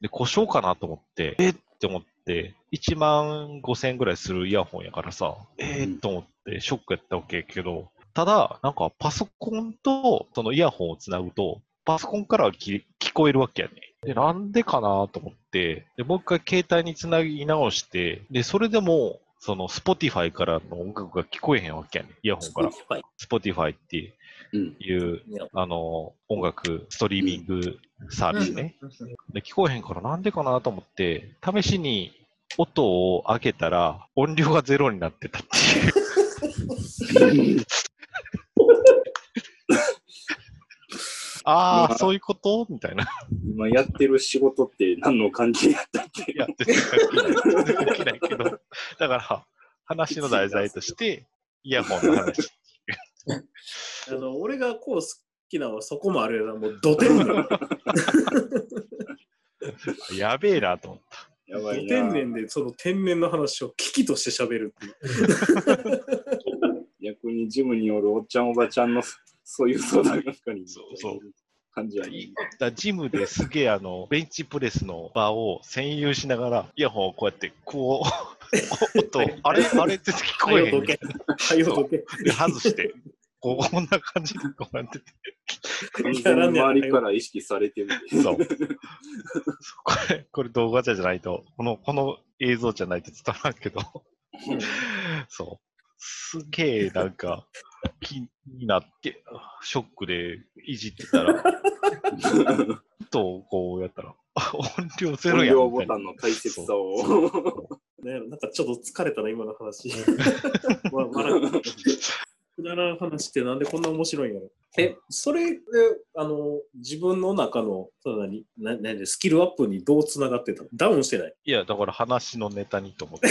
Speaker 1: で、故障かなと思って、えっって思って、1万5000円ぐらいするイヤホンやからさ、えーっと思ってショックやったわけやけど、ただ、なんかパソコンとそのイヤホンをつなぐと、パソコンからはき聞こえるわけやね。で、なんでかなと思って、で、もう一回携帯につなぎ直して、で、それでも、その Spotify からの音楽が聞こえへんわけやね。イヤホンから。
Speaker 5: はい。
Speaker 1: Spotify って
Speaker 2: うん。
Speaker 1: いう、あの、音楽、ストリーミングサービスね。で聞こえへんからなんでかなと思って、試しに音を上げたら音量がゼロになってたっていう。ああ、 (laughs) そういうことみたいな。
Speaker 2: 今やってる仕事って何の関係やったっけ
Speaker 1: やっててできないけど。だから、話の題材として、イヤホンの話。
Speaker 4: あの俺がこう好きなのはそこもあるよな、もうド (laughs) 天然。
Speaker 1: やべえなと思って。
Speaker 2: や
Speaker 4: ド
Speaker 2: ばいな。
Speaker 4: 天然でその天然の話を危機として喋るっていう。
Speaker 2: 逆にジムによるおっちゃんおばちゃんの (laughs) そういう相談係に
Speaker 1: そうそう
Speaker 2: 感じやね
Speaker 1: だからジムですげえあの、ベンチプレスの場を占有しながら、イヤホンをこうやって、こう、音を、あれあれって聞こえへん
Speaker 4: ど (laughs) け。はよどけ。
Speaker 1: で外して、こうこんな感じでこうなってて、
Speaker 2: 完全に周りから意識されてるで。
Speaker 1: そう。これ、これ動画じゃないと、この、この映像じゃないと伝わらんけど、そう。すげえ、なんか、気になって、ショックでいじってたら、と、こうやったら、あ音量ゼロ
Speaker 2: 音
Speaker 1: や
Speaker 2: 量
Speaker 1: んみ
Speaker 2: ボ
Speaker 1: たいな
Speaker 2: タンの大切さを。
Speaker 4: ねなんかちょっと疲れたな、今の (laughs) 話。まあ、笑うくだらん話ってなんでこんな面白いんやろ。え、それで、あの、自分の中の、その何、な何でスキルアップにどうつながってたのダウンしてない。
Speaker 1: いや、だから話のネタにと思って、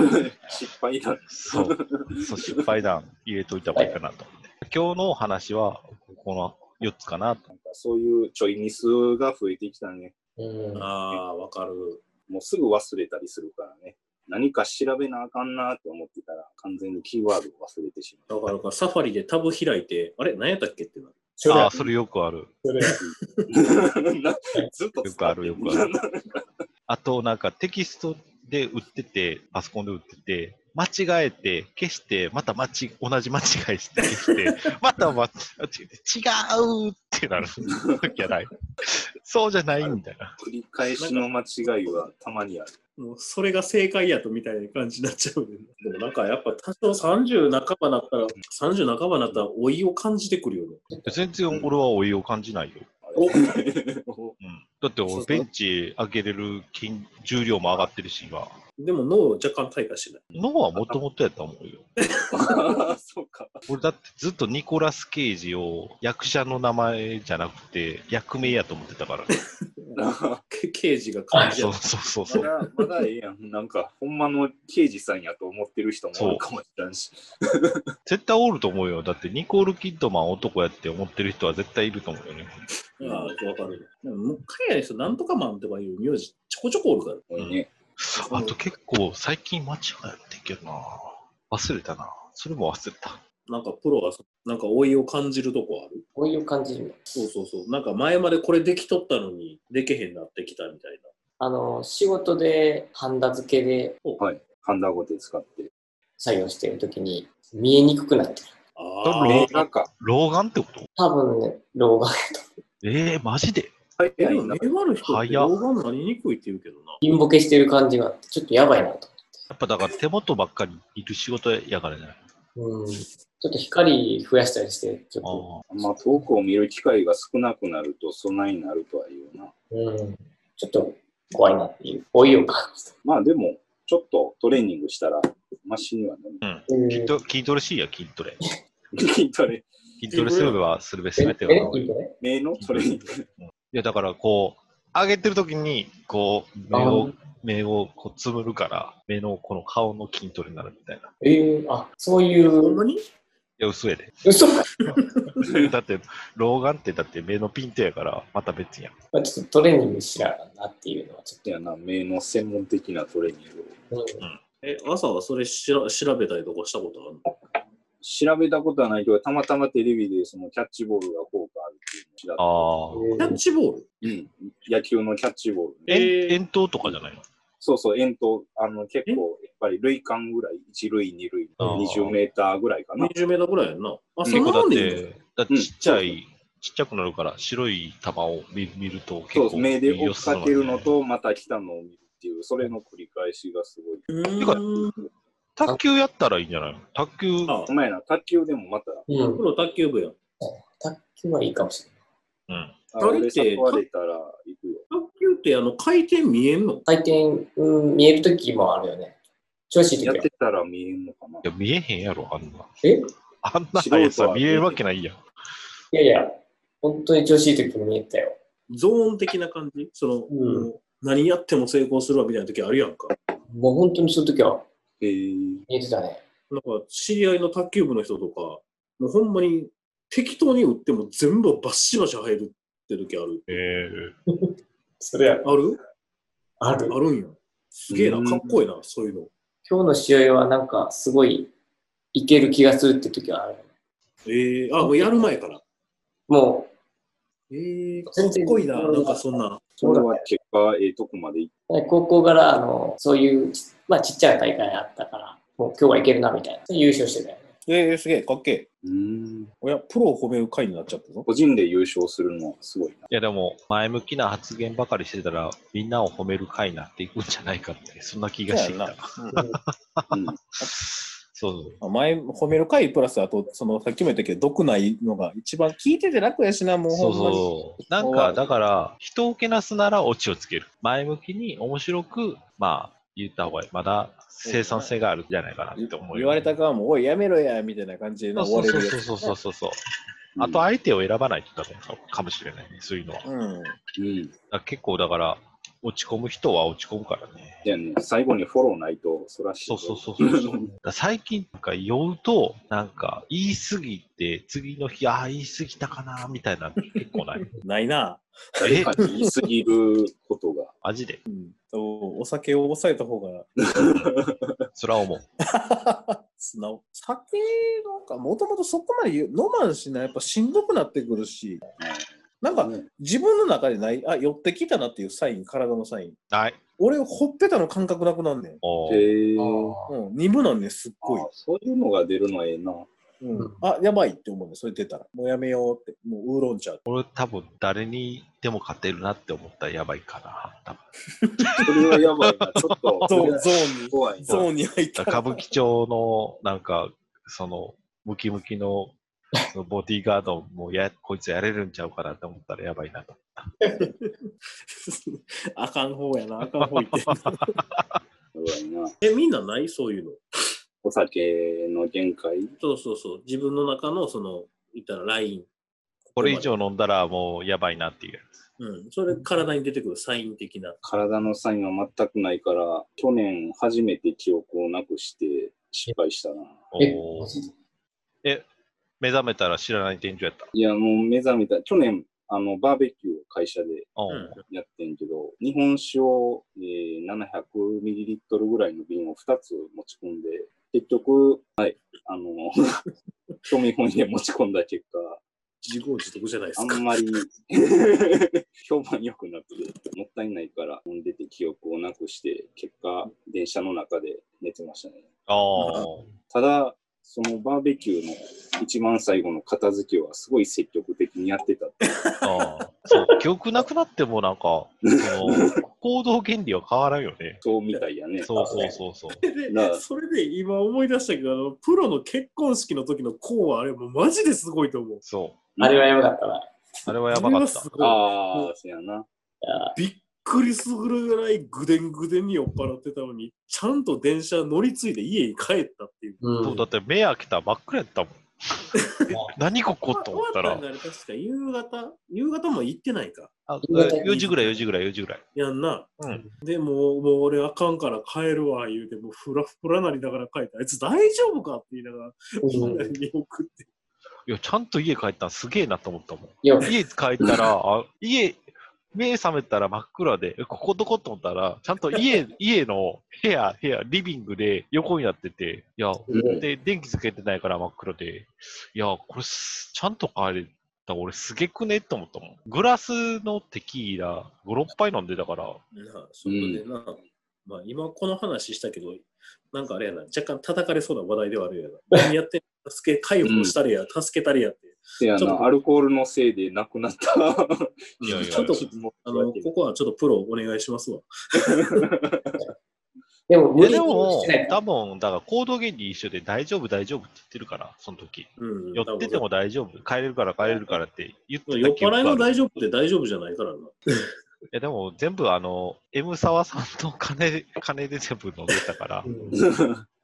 Speaker 2: (laughs) 失敗だ。
Speaker 1: そう、そう失敗談入れといた方がいいかなと思って。今日のお話は、この4つかなと。
Speaker 2: なんかそういうちょいミスが増えてきたね。
Speaker 3: うん
Speaker 4: ああ、わかる。
Speaker 2: もうすぐ忘れたりするからね。何か調べなあかんなって思ってたら、完全にキーワードを忘れてしま
Speaker 4: だからか、サファリでタブ開いて、あれ、何やったっけってなる。
Speaker 5: それ
Speaker 1: ああ、
Speaker 5: や、
Speaker 1: それよくある。
Speaker 5: それや。
Speaker 2: う。なずっと
Speaker 1: よくあるよくあ
Speaker 2: る。
Speaker 1: あと、なんかテキストで売ってて、パソコンで売ってて、間違えて、消して、また間違同じ間違いして消
Speaker 4: (laughs)
Speaker 1: して、また間違えて、違うってなる時はない。そうじゃないみたいな。
Speaker 2: 繰り返しの間違いはたまにある。
Speaker 4: もうそれが正解やとみたいな感じになっちゃう (laughs) ねんな。でもなんかやっぱ多少30半ばなったら、30半ばなったら老いを感じてくるよね。
Speaker 1: 全然俺は老いを感じないよ。
Speaker 4: お
Speaker 1: う
Speaker 2: (laughs)
Speaker 1: ん、だって
Speaker 4: そう
Speaker 1: 俺、
Speaker 4: そう
Speaker 1: ベンチ上げれる筋重量も上がってるし、今。
Speaker 4: でも脳を若干退化してない。
Speaker 1: 脳はもともとやと思うよ。
Speaker 2: そうか。
Speaker 1: 俺だってずっとニコラス・ケイジを役者の名前じゃなくて役名やと思ってたから。
Speaker 4: け刑事が感じ
Speaker 1: そ
Speaker 4: や
Speaker 1: うそうそうそ
Speaker 2: ま
Speaker 1: う。
Speaker 2: だ、まだええやん。なんか、ほんまの刑事さんやと思ってる人もおるかもしれんし。
Speaker 1: 絶対おると思うよ。だってニコール・キッドマン男やって思ってる人は絶対いると思うよね。
Speaker 4: ああ、わかる。でももう海外の人、なんとかマンとかいう名字、ちょこちょこおるから。
Speaker 2: 多いね。
Speaker 1: あと結構最近間違えてんけどな。忘れたな。それも忘れた。
Speaker 4: なんかプロがそ、なんか老いを感じるとこある。
Speaker 3: こういう感じる。
Speaker 4: そうそうそう。なんか前までこれできとったのに、でけへんなってきたみたい
Speaker 3: あの、仕事でハンダ付けで
Speaker 2: はい。ハンダゴテ使って。
Speaker 3: 作業してるときに見えにくくなってる。
Speaker 1: だ
Speaker 4: な。
Speaker 1: ろ
Speaker 4: あ
Speaker 1: う
Speaker 4: あ、
Speaker 2: 映画か。
Speaker 1: 老眼ってこと
Speaker 3: 多分ね、老眼、
Speaker 1: ええー、マジで
Speaker 2: 早
Speaker 4: で
Speaker 2: い
Speaker 4: も
Speaker 2: な
Speaker 4: 目。悪い人って
Speaker 1: 早っ
Speaker 4: 老眼なりにくいって言うけどな。
Speaker 3: インボケしてる感じがあって、ちょっとやばいなと。
Speaker 1: やっぱだから手元ばっかりいる仕事やからじゃない。
Speaker 3: うん、ちょっと光増やしたりして、ち
Speaker 1: あ
Speaker 3: ょ
Speaker 1: ー
Speaker 2: まあ、遠くを見る機会が少なくなると、そないなるとは言うな。
Speaker 3: っと、うん、ちょっと怖いなっていう、老いを感じた。
Speaker 2: まあ、でも、ちょっとトレーニングしたら、マシにはなる。 (laughs)
Speaker 3: うん
Speaker 1: 筋トレ筋トレしいや、筋トレ。
Speaker 2: 筋トレ、
Speaker 1: 筋トレすればするべすべて
Speaker 3: え
Speaker 1: が
Speaker 3: え
Speaker 1: 治る
Speaker 3: いいね
Speaker 2: 目のトレーニング。
Speaker 1: いや、だからこう、上げてるときに、こう、目を、目をこうつむるから、目のこの顔の筋トレになるみたいな。い
Speaker 3: えー、あ、そうい
Speaker 4: ほんま
Speaker 3: う、
Speaker 4: に
Speaker 1: や、嘘やで。
Speaker 3: 嘘ま
Speaker 1: (laughs) だって、老眼ってだって目のピントやから、また別やん。
Speaker 3: あちょっとトレーニングしながらなっていうのはち
Speaker 2: やな、目の専門的なトレーニングを。
Speaker 3: ょっと、
Speaker 4: え、朝はそれしら調べたりとかしたことあるの
Speaker 2: 調べたことはないけど、たまたまテレビでそのキャッチボールが効果あるっていうのを知ら
Speaker 1: ああ。
Speaker 3: うん
Speaker 4: キャッチボール
Speaker 2: うん、野球のキャッチボール、
Speaker 4: えー
Speaker 1: 遠遠投とかじゃないの
Speaker 2: そうそう、遠投、あの、結構、ぱり類間ぐらい、1類、2類、
Speaker 1: あー
Speaker 2: 20メーターぐらいかな。
Speaker 4: 20メーターぐらいやんな。あ、
Speaker 1: ん
Speaker 4: そんなもんでいいん
Speaker 1: 猫
Speaker 4: だ
Speaker 1: だだってちっちゃい、ちっちゃくなるから白い球を見見ると結
Speaker 2: そう
Speaker 1: 構
Speaker 2: 目で
Speaker 1: いい
Speaker 2: 追
Speaker 1: よ
Speaker 2: っかけるの、と、また来たのを見るっていう、それの繰り返しがすごい。
Speaker 4: う
Speaker 1: てか
Speaker 4: ーん。
Speaker 1: 卓球やったらいいんじゃないの卓球、
Speaker 4: あ
Speaker 2: お、前ら、卓球でもまた、
Speaker 3: うん
Speaker 4: プ。ロ卓球部やん。
Speaker 3: 卓球はいいかもしれない。
Speaker 1: うん、
Speaker 2: あ
Speaker 4: 誰
Speaker 2: 俺
Speaker 4: って
Speaker 2: 誘われたら行くよ。
Speaker 4: 卓球ってあの回転見えんの
Speaker 3: 回転、うん、見えるときもあるよね。調子いい
Speaker 2: や
Speaker 3: と
Speaker 2: っ
Speaker 3: き
Speaker 2: てたら見えんのかない
Speaker 1: や見えへんやろ、あんな。
Speaker 3: え
Speaker 1: あんな速さ見えるわけないやん。
Speaker 3: いやいや、本当に調子いいときも見えたよ。
Speaker 4: ゾーン的な感じその、
Speaker 3: うん
Speaker 4: もう何やっても成功するわみたいな時あるやんか。
Speaker 3: もう本当にそのときは
Speaker 2: へー
Speaker 3: 見えてたね。
Speaker 4: なんか知り合いの卓球部の人とか、もうほんまに適当に打っても全部バッシバシ入るって時ある。
Speaker 1: え
Speaker 3: それは
Speaker 4: ある
Speaker 3: ある。
Speaker 4: あるんや。すげえな、
Speaker 2: うん
Speaker 4: かっこいいな、そういうの。
Speaker 3: 今日の試合はなんかすごいいける気がするって時はある。
Speaker 4: ええあ、もうやる前から。
Speaker 3: もう、
Speaker 4: ええか
Speaker 3: 全
Speaker 4: っ
Speaker 3: 然
Speaker 4: こいいな、なんかそんな。
Speaker 2: それは結果、ええとこまで行っ
Speaker 3: 高校からあのそういう、まあ、ちっちゃい大会あったから、もう今日はいけるなみたいな。優勝してたよね。
Speaker 4: ええすげえ、かっけえ。
Speaker 2: うーん
Speaker 4: おや、プロを褒める会になっちゃったぞ。
Speaker 2: 個人で優勝するのはすごいな。
Speaker 1: いやでも、前向きな発言ばかりしてたら、みんなを褒める会になっていくんじゃないかって、そんな気がしてきた。
Speaker 2: うん
Speaker 1: そうそう。
Speaker 5: 前、褒める回プラス、あと、その、さっきも言ったけど、毒ないのが一番聞いてて楽やしな、もうほ
Speaker 1: そうん
Speaker 5: まに。
Speaker 1: そう。なんか、だから、人をけなすならオチをつける。前向きに面白く、まあ、言った方がいい。まだ生産性があるんじゃないかなって思うよね、
Speaker 5: 言われた側も、おい、やめろや、みたいな感じで終
Speaker 1: そ
Speaker 5: わ
Speaker 1: う
Speaker 5: れ
Speaker 1: そ
Speaker 5: る
Speaker 1: う
Speaker 5: やつ。
Speaker 1: そうそうそうそうそう。あと、相手を選ばないとダメかかもしれないね、そういうのは。だか
Speaker 5: うん。
Speaker 2: うん。
Speaker 1: ら結構、だから、落ち込む人は落ち込むからね。
Speaker 2: じゃあね、最後にフォローないと、そらしい。
Speaker 1: そうそうそ
Speaker 5: (laughs)
Speaker 1: うそうそう。だから最近なんか酔うと、なんか言い過ぎて、次の日、ああ、言い過ぎたかな、みたいなの結構ない。
Speaker 5: ないな。
Speaker 2: 誰かに言い過ぎることが。
Speaker 1: マジで。
Speaker 5: おお酒を抑えた方が、
Speaker 1: それは思う。
Speaker 5: 素直。酒なんか、もともとそこまで言う飲まんしな、やっぱしんどくなってくるし、なんか、
Speaker 2: ね
Speaker 5: 自分の中でない、あ、寄ってきたなっていうサイン、体のサイン。
Speaker 1: はい。
Speaker 5: 俺、ほっぺたの感覚なくなんねん。
Speaker 1: おー
Speaker 2: へえ。
Speaker 5: うん、鈍なんねん、すっ
Speaker 2: あ
Speaker 5: ごい。
Speaker 2: そういうのが出るのええな。
Speaker 5: うん、あ、やばいって思うね、それ出たら。もうやめようって、もうウーロン茶。
Speaker 1: 俺多分誰にでも勝てるなって思ったらやばいかな。多分
Speaker 2: それはやばいな。ちょ
Speaker 1: (laughs)
Speaker 2: っと。
Speaker 5: ゾーン、ゾーンに、
Speaker 2: 怖いな。
Speaker 5: ゾーンに入った
Speaker 1: 歌
Speaker 5: ら。
Speaker 1: 舞伎町のなんかそのムキムキのそのボディーガードもやこいつやれるんちゃうかなって思ったらやばいな
Speaker 4: (laughs)
Speaker 1: と。
Speaker 5: (laughs) あかん方やな、あかん方行って。
Speaker 2: やばいな。
Speaker 4: え、みんなないそういうの。
Speaker 2: お酒の限界。
Speaker 4: そうそうそう。自分の中の、その、言ったらライン。
Speaker 1: これ以上飲んだらもうやばいなっていうや
Speaker 4: うん。それ、体に出てくるサイン的な。
Speaker 2: 体のサインは全くないから、去年初めて記憶をなくして失敗したな。
Speaker 1: つ。
Speaker 3: え
Speaker 1: おーえ、目覚めたら知らない天井やった。
Speaker 2: いや、もう目覚めた。去年、あの、バーベキューを会社で
Speaker 1: おー
Speaker 4: うん
Speaker 2: やってんけど、日本酒を、えー、700ml ぐらいの瓶を2つ持ち込んで、結局、はい、あの、 (laughs) 興味本位で持ち込んだ結果、
Speaker 4: 自業自得じゃないで
Speaker 2: あ
Speaker 4: すか。
Speaker 2: んまり (laughs) 評判良くなくて、もったいないから飲んでて記憶をなくして、結果、電車の中で寝てましたね。
Speaker 1: おー
Speaker 2: ただ、そのバーベキューの一番最後の片付けはすごい積極的にやってたっていう。
Speaker 1: あー
Speaker 4: (laughs)
Speaker 1: そう記憶なくなってもなんかその行動原理は変わらんよね。
Speaker 2: そうみたいやね。
Speaker 1: そうそうそうそう。
Speaker 4: で (laughs)
Speaker 2: なあ
Speaker 4: それで今思い出したけど、あのプロの結婚式の時のこうはあれもうマジですごいと思う。
Speaker 1: そ。
Speaker 3: あれはやばかったな。いう
Speaker 1: あれはやばかっ
Speaker 4: あれは
Speaker 1: た
Speaker 4: す。ごい
Speaker 2: ああ、そうやな。
Speaker 3: や
Speaker 4: びっくりするぐらいぐでんぐでんに酔っ払ってたのに、ちゃんと電車乗り継いで家に帰ったっていう。
Speaker 3: う
Speaker 1: そ
Speaker 3: ん
Speaker 1: うだって目開けたら真っ暗やっ
Speaker 3: (laughs)
Speaker 1: たもん。え何ここと思ったら
Speaker 4: 終。わんがあれ確か夕方夕方も行ってないか。
Speaker 1: あ
Speaker 3: 夕方
Speaker 1: 4時ぐらい、4時ぐらい、4時ぐらい。
Speaker 4: やんな。
Speaker 1: うん。
Speaker 4: でもう、もう俺あかんから帰るわ、言うて、もうふらふらなりながら帰った。あいつ大丈夫かって言いながら、みんなに (laughs) 見送って。
Speaker 1: いや、ちゃんと家帰ったのすげえなと思ったもん。
Speaker 3: いや、
Speaker 1: 家帰
Speaker 3: (laughs)
Speaker 1: ったら、あ家、目覚めたら真っ暗で、えここどこと思ったら、ちゃんと
Speaker 3: (laughs)
Speaker 1: 家、家の部屋、部屋、リビングで横になってて、いや、
Speaker 2: うん
Speaker 1: で、電気つけてないから真っ暗で、いや、これす、ちゃんと帰れた俺すげくねって思ったもん。グラスのテキーラ、5、6杯飲んでたから、
Speaker 4: なあ、そこでな、まあ、今この話したけど、なんかあれやな、若干叩かれそうな話題ではあるやな。何やってんの助け、介護したりや、助けたりやって。
Speaker 2: せや
Speaker 4: ちょっ
Speaker 2: な、
Speaker 4: と
Speaker 2: アルコールのせいで亡くなった。
Speaker 1: いやいや
Speaker 4: ちょっと、あ
Speaker 2: あ
Speaker 4: の、
Speaker 2: の
Speaker 4: ここはちょっとプロお願いしますわ。
Speaker 3: でも、
Speaker 1: い
Speaker 3: 無
Speaker 1: や
Speaker 3: 理
Speaker 1: で
Speaker 3: にし
Speaker 1: も
Speaker 3: てない、か
Speaker 1: 多分、だから行動原理一緒で大丈夫、大丈夫って言ってるから、その時。
Speaker 4: うん。
Speaker 1: 寄ってても大丈夫、帰れるから帰れるからって言って
Speaker 4: 酔
Speaker 1: た
Speaker 4: っ
Speaker 1: 記憶があ
Speaker 4: 払いの
Speaker 1: る
Speaker 4: 大丈夫って大丈夫じゃないからな。
Speaker 1: いやでも全部あの、M 沢さんの金 (laughs) 金で全部飲んでたから、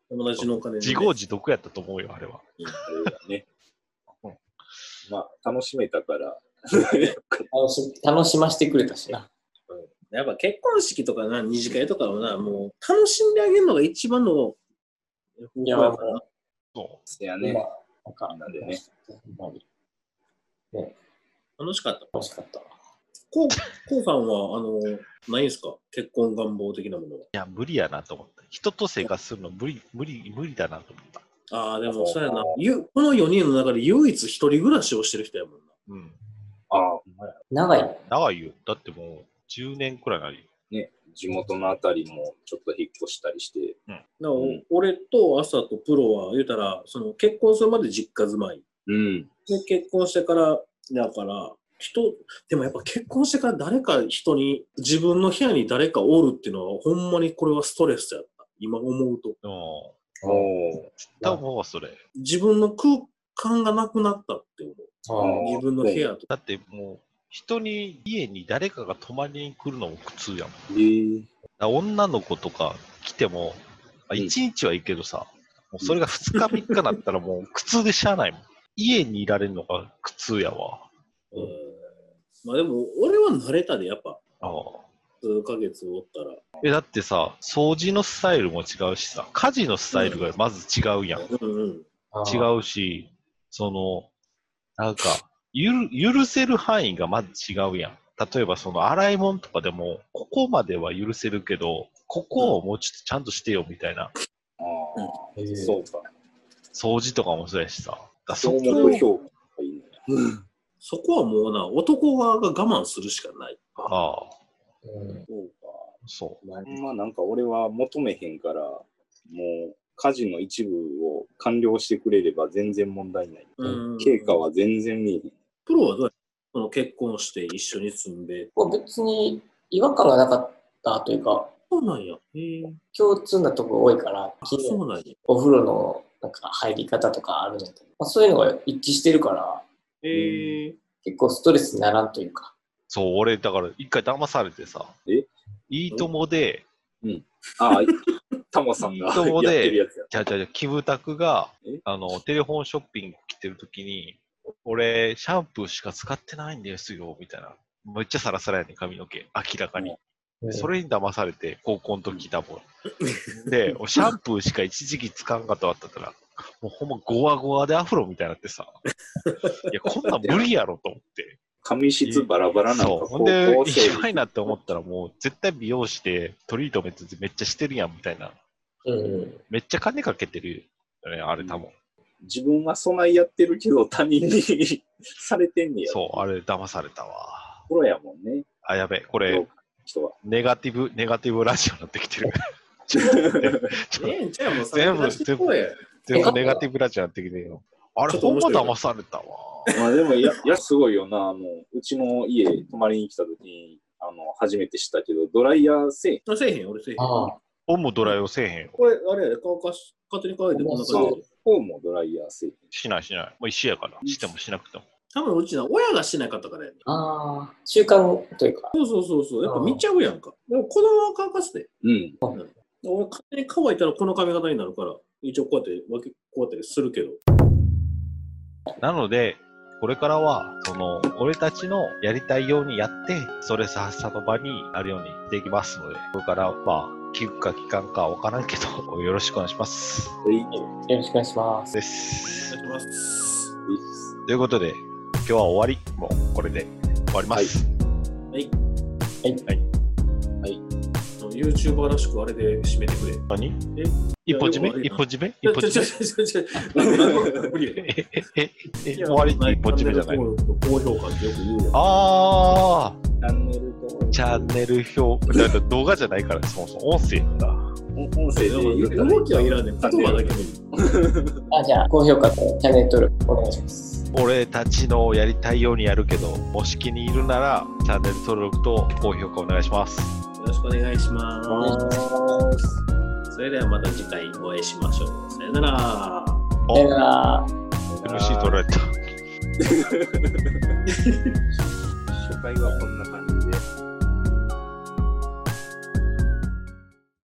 Speaker 4: 友達のお金でね
Speaker 1: 自業自得やったと思うよ、あれは。
Speaker 2: ね
Speaker 1: うん。
Speaker 2: まあ、楽しめたから。
Speaker 3: 楽し楽しませてくれたしな。
Speaker 4: やっぱ結婚式とかな、二次会とかはな、もう楽しんであげるのが一番の方法やからな。
Speaker 1: そ
Speaker 2: せや
Speaker 3: ま
Speaker 2: ね。
Speaker 3: あなんか、
Speaker 2: なんでね
Speaker 3: ほんまに
Speaker 4: 楽しかった。
Speaker 3: 楽しかったわ。
Speaker 4: こう、こうさんは、あの、ないんすか結婚願望的なものは。
Speaker 1: う。いや、無理やなと思った。人と生活するの無理、無理、無理だなと思った。
Speaker 4: ああ、でもそうやな。ゆこの4人の中で唯一一人暮らしをしてる人やもんな。
Speaker 1: うん。
Speaker 2: ああ、ほんまや
Speaker 3: 長い。
Speaker 1: 長いよ。だってもう10年くらいなるよ。
Speaker 2: ね。地元のあたりもちょっと引っ越したりして。
Speaker 4: だから
Speaker 2: うん
Speaker 4: 俺と朝とプロは言うたら、その結婚するまで実家住まい。
Speaker 2: うん。
Speaker 4: で、結婚してから、だから、人、でもやっぱ結婚してから誰か人に、自分の部屋に誰かおるっていうのは、ほんまにこれはストレスやった。今思うと。
Speaker 1: でも、
Speaker 2: おー
Speaker 1: 多分もうそれ。
Speaker 4: 自分の空間がなくなったって思う。
Speaker 2: あ
Speaker 4: 自分の部屋と
Speaker 1: だ
Speaker 4: か。
Speaker 1: ってもう、人に、家に誰かが泊まりに来るのも苦痛やもん。だか
Speaker 2: えー
Speaker 1: ら女の子とか来ても、あ
Speaker 2: うん
Speaker 1: 1日はいいけどさ、もうそれが2日3日なったら
Speaker 2: (laughs)
Speaker 1: もう苦痛でしゃあないもん。家にいられるのが苦痛やわ。
Speaker 4: うんまあでも、俺は慣れたで、やっぱ、
Speaker 1: ああ
Speaker 4: 数ヶ月おったら。
Speaker 1: えだってさ、掃除のスタイルも違うしさ、家事のスタイルがまず違うやん。
Speaker 4: うんうん。
Speaker 1: 違うし、その、なんか、ゆる許せる範囲がまず違うやん。例えばその洗い物とかでも、ここまでは許せるけど、ここをもうちょっとちゃんとしてよみたいな、
Speaker 2: ああ、
Speaker 3: うん
Speaker 2: そうか。
Speaker 1: 掃除とかもそうやしさ。だからそ
Speaker 2: そ
Speaker 1: こ
Speaker 2: う目標がいいね。
Speaker 4: そこはもうな、男側が我慢するしかない。
Speaker 1: ああ、
Speaker 3: う
Speaker 2: そ
Speaker 3: ん
Speaker 2: うか。
Speaker 1: そう。
Speaker 2: ほんまなんか俺は求めへんから、もう家事の一部を完了してくれれば全然問題ない。
Speaker 4: うん
Speaker 2: 経過は全然見えへん。
Speaker 4: プロはどうやその結婚して一緒に住んで。
Speaker 3: もう別に違和感がなかったというか、
Speaker 4: そうなんや。へえ。
Speaker 3: 共通なとこ多いから、
Speaker 4: あ
Speaker 3: 綺麗
Speaker 4: そうなんや。
Speaker 3: お風呂のなんか入り方とかあるので、まあ、そういうのが一致してるから、
Speaker 4: へえ。
Speaker 3: 結構ストレスにならんというか。
Speaker 1: そう、俺、だから一回騙されてさ、
Speaker 2: え
Speaker 1: いいともで、
Speaker 2: ああ、タモさんがや
Speaker 1: そこで
Speaker 2: ってるやつや。
Speaker 1: じゃあじゃあじゃあキムタクが
Speaker 2: え、
Speaker 1: あの、テレフォンショッピング来てるときに、俺、シャンプーしか使ってないんですよ、みたいな。めっちゃサラサラやねん髪の毛、明らかに。それに騙されて、高校の時
Speaker 2: (laughs)
Speaker 1: 多分。で、シャンプーしか一時期使わんかったわったから、もうほんまゴワゴワでアフロみたいになってさ、いや、こんなん無理やろと思って。
Speaker 2: 髪質バラバラなんか
Speaker 1: そう。ほんで、一緒になって思ったらもう絶対美容してトリートメントめっちゃしてるやん、みたいな。
Speaker 3: うん。
Speaker 1: めっちゃ金かけてるよね、あれ多分。
Speaker 2: 自分は備えやってるけど他人に (laughs) されてんねや。
Speaker 1: そう、あれ騙されたわ。
Speaker 2: プロやもんね、
Speaker 1: あ、やべ、こ
Speaker 2: そ
Speaker 1: れ
Speaker 2: う、人
Speaker 1: (laughs)
Speaker 2: は。
Speaker 1: ネガティブ、ネガティブラジオになってきてる。ちょっと待ってちょっ
Speaker 4: ええんちゃうもう
Speaker 1: 全部
Speaker 4: さ出してこうや
Speaker 1: と全部ネガティブラジオになってきてるよ。あ
Speaker 4: ち
Speaker 1: れ、
Speaker 4: ょっと
Speaker 1: ほん
Speaker 4: 面
Speaker 1: ま
Speaker 4: 白
Speaker 1: 騙さ
Speaker 4: い
Speaker 1: れたわ。
Speaker 2: まあでもや、やすごいよな。あのうちの家泊まりに来た時に、あの、初めて知ったけど、ドライヤーせえへん。
Speaker 4: 俺せえへん、俺せえへん。
Speaker 3: ああ、
Speaker 1: オムドライをせえへんよ。
Speaker 4: これ、あれやで、乾かし、勝手に乾いてこんな
Speaker 3: そ
Speaker 4: 感
Speaker 2: う
Speaker 4: じで。
Speaker 2: こうもドライヤーせえへん。
Speaker 1: しないしない。もう一緒やから。してもしなくても。
Speaker 4: 多分うちな、親がしなかったからやね。
Speaker 3: ああ、習慣というか。
Speaker 4: そうそうそうそう。やっぱ見ちゃうやんか。でも子供は乾かせて。
Speaker 2: うん。
Speaker 4: 俺、勝手に乾いたらこの髪型になるから、一応こうやって、分けこうやってするけど。
Speaker 1: なので、これからは、その、俺たちのやりたいようにやって、ストレス発散の場になるようにできますので、これから、まあ、聞くか聞かんかわからんけど、 (laughs) よろしくお願いします。
Speaker 2: いい
Speaker 3: よろしくお願いします。
Speaker 1: です
Speaker 4: や。ってます。
Speaker 1: ということで、今日は終わり。もう、これで終わります。
Speaker 4: はい。
Speaker 3: はい
Speaker 1: はい
Speaker 4: という YouTuber らしくあれで締めてくれ。
Speaker 1: 何
Speaker 4: え
Speaker 1: 一歩締め
Speaker 4: いやいや
Speaker 1: 一歩締め
Speaker 4: ち
Speaker 1: 一
Speaker 4: ょ
Speaker 1: 歩
Speaker 4: ちょちょ
Speaker 1: 締
Speaker 4: ちょちょ。無理
Speaker 1: めえ、
Speaker 4: や
Speaker 1: え、え、え、終わりに一歩締めじゃない
Speaker 4: チャンネル登録と高評価ってよく言うやん。
Speaker 1: あ
Speaker 2: チャンネルと
Speaker 1: ー、チャンネル表。 (laughs) だって動画じゃないから、そもそも音声なんだ。
Speaker 2: 音音声で言ったら
Speaker 4: 動きはいらんねん。言葉だけでいい。
Speaker 3: あ、じゃあ、高評価とチャンネル登録お願いします。
Speaker 1: 俺たちのやりたいようにやるけど、もし気に入るなら、チャンネル登録と高評価お願いします。
Speaker 4: よろしくお願いします。それではまた次回お会いしましょう。さよなら。
Speaker 1: お
Speaker 3: さよなら。
Speaker 1: MC 取られた。
Speaker 2: 初回はこんな感じで。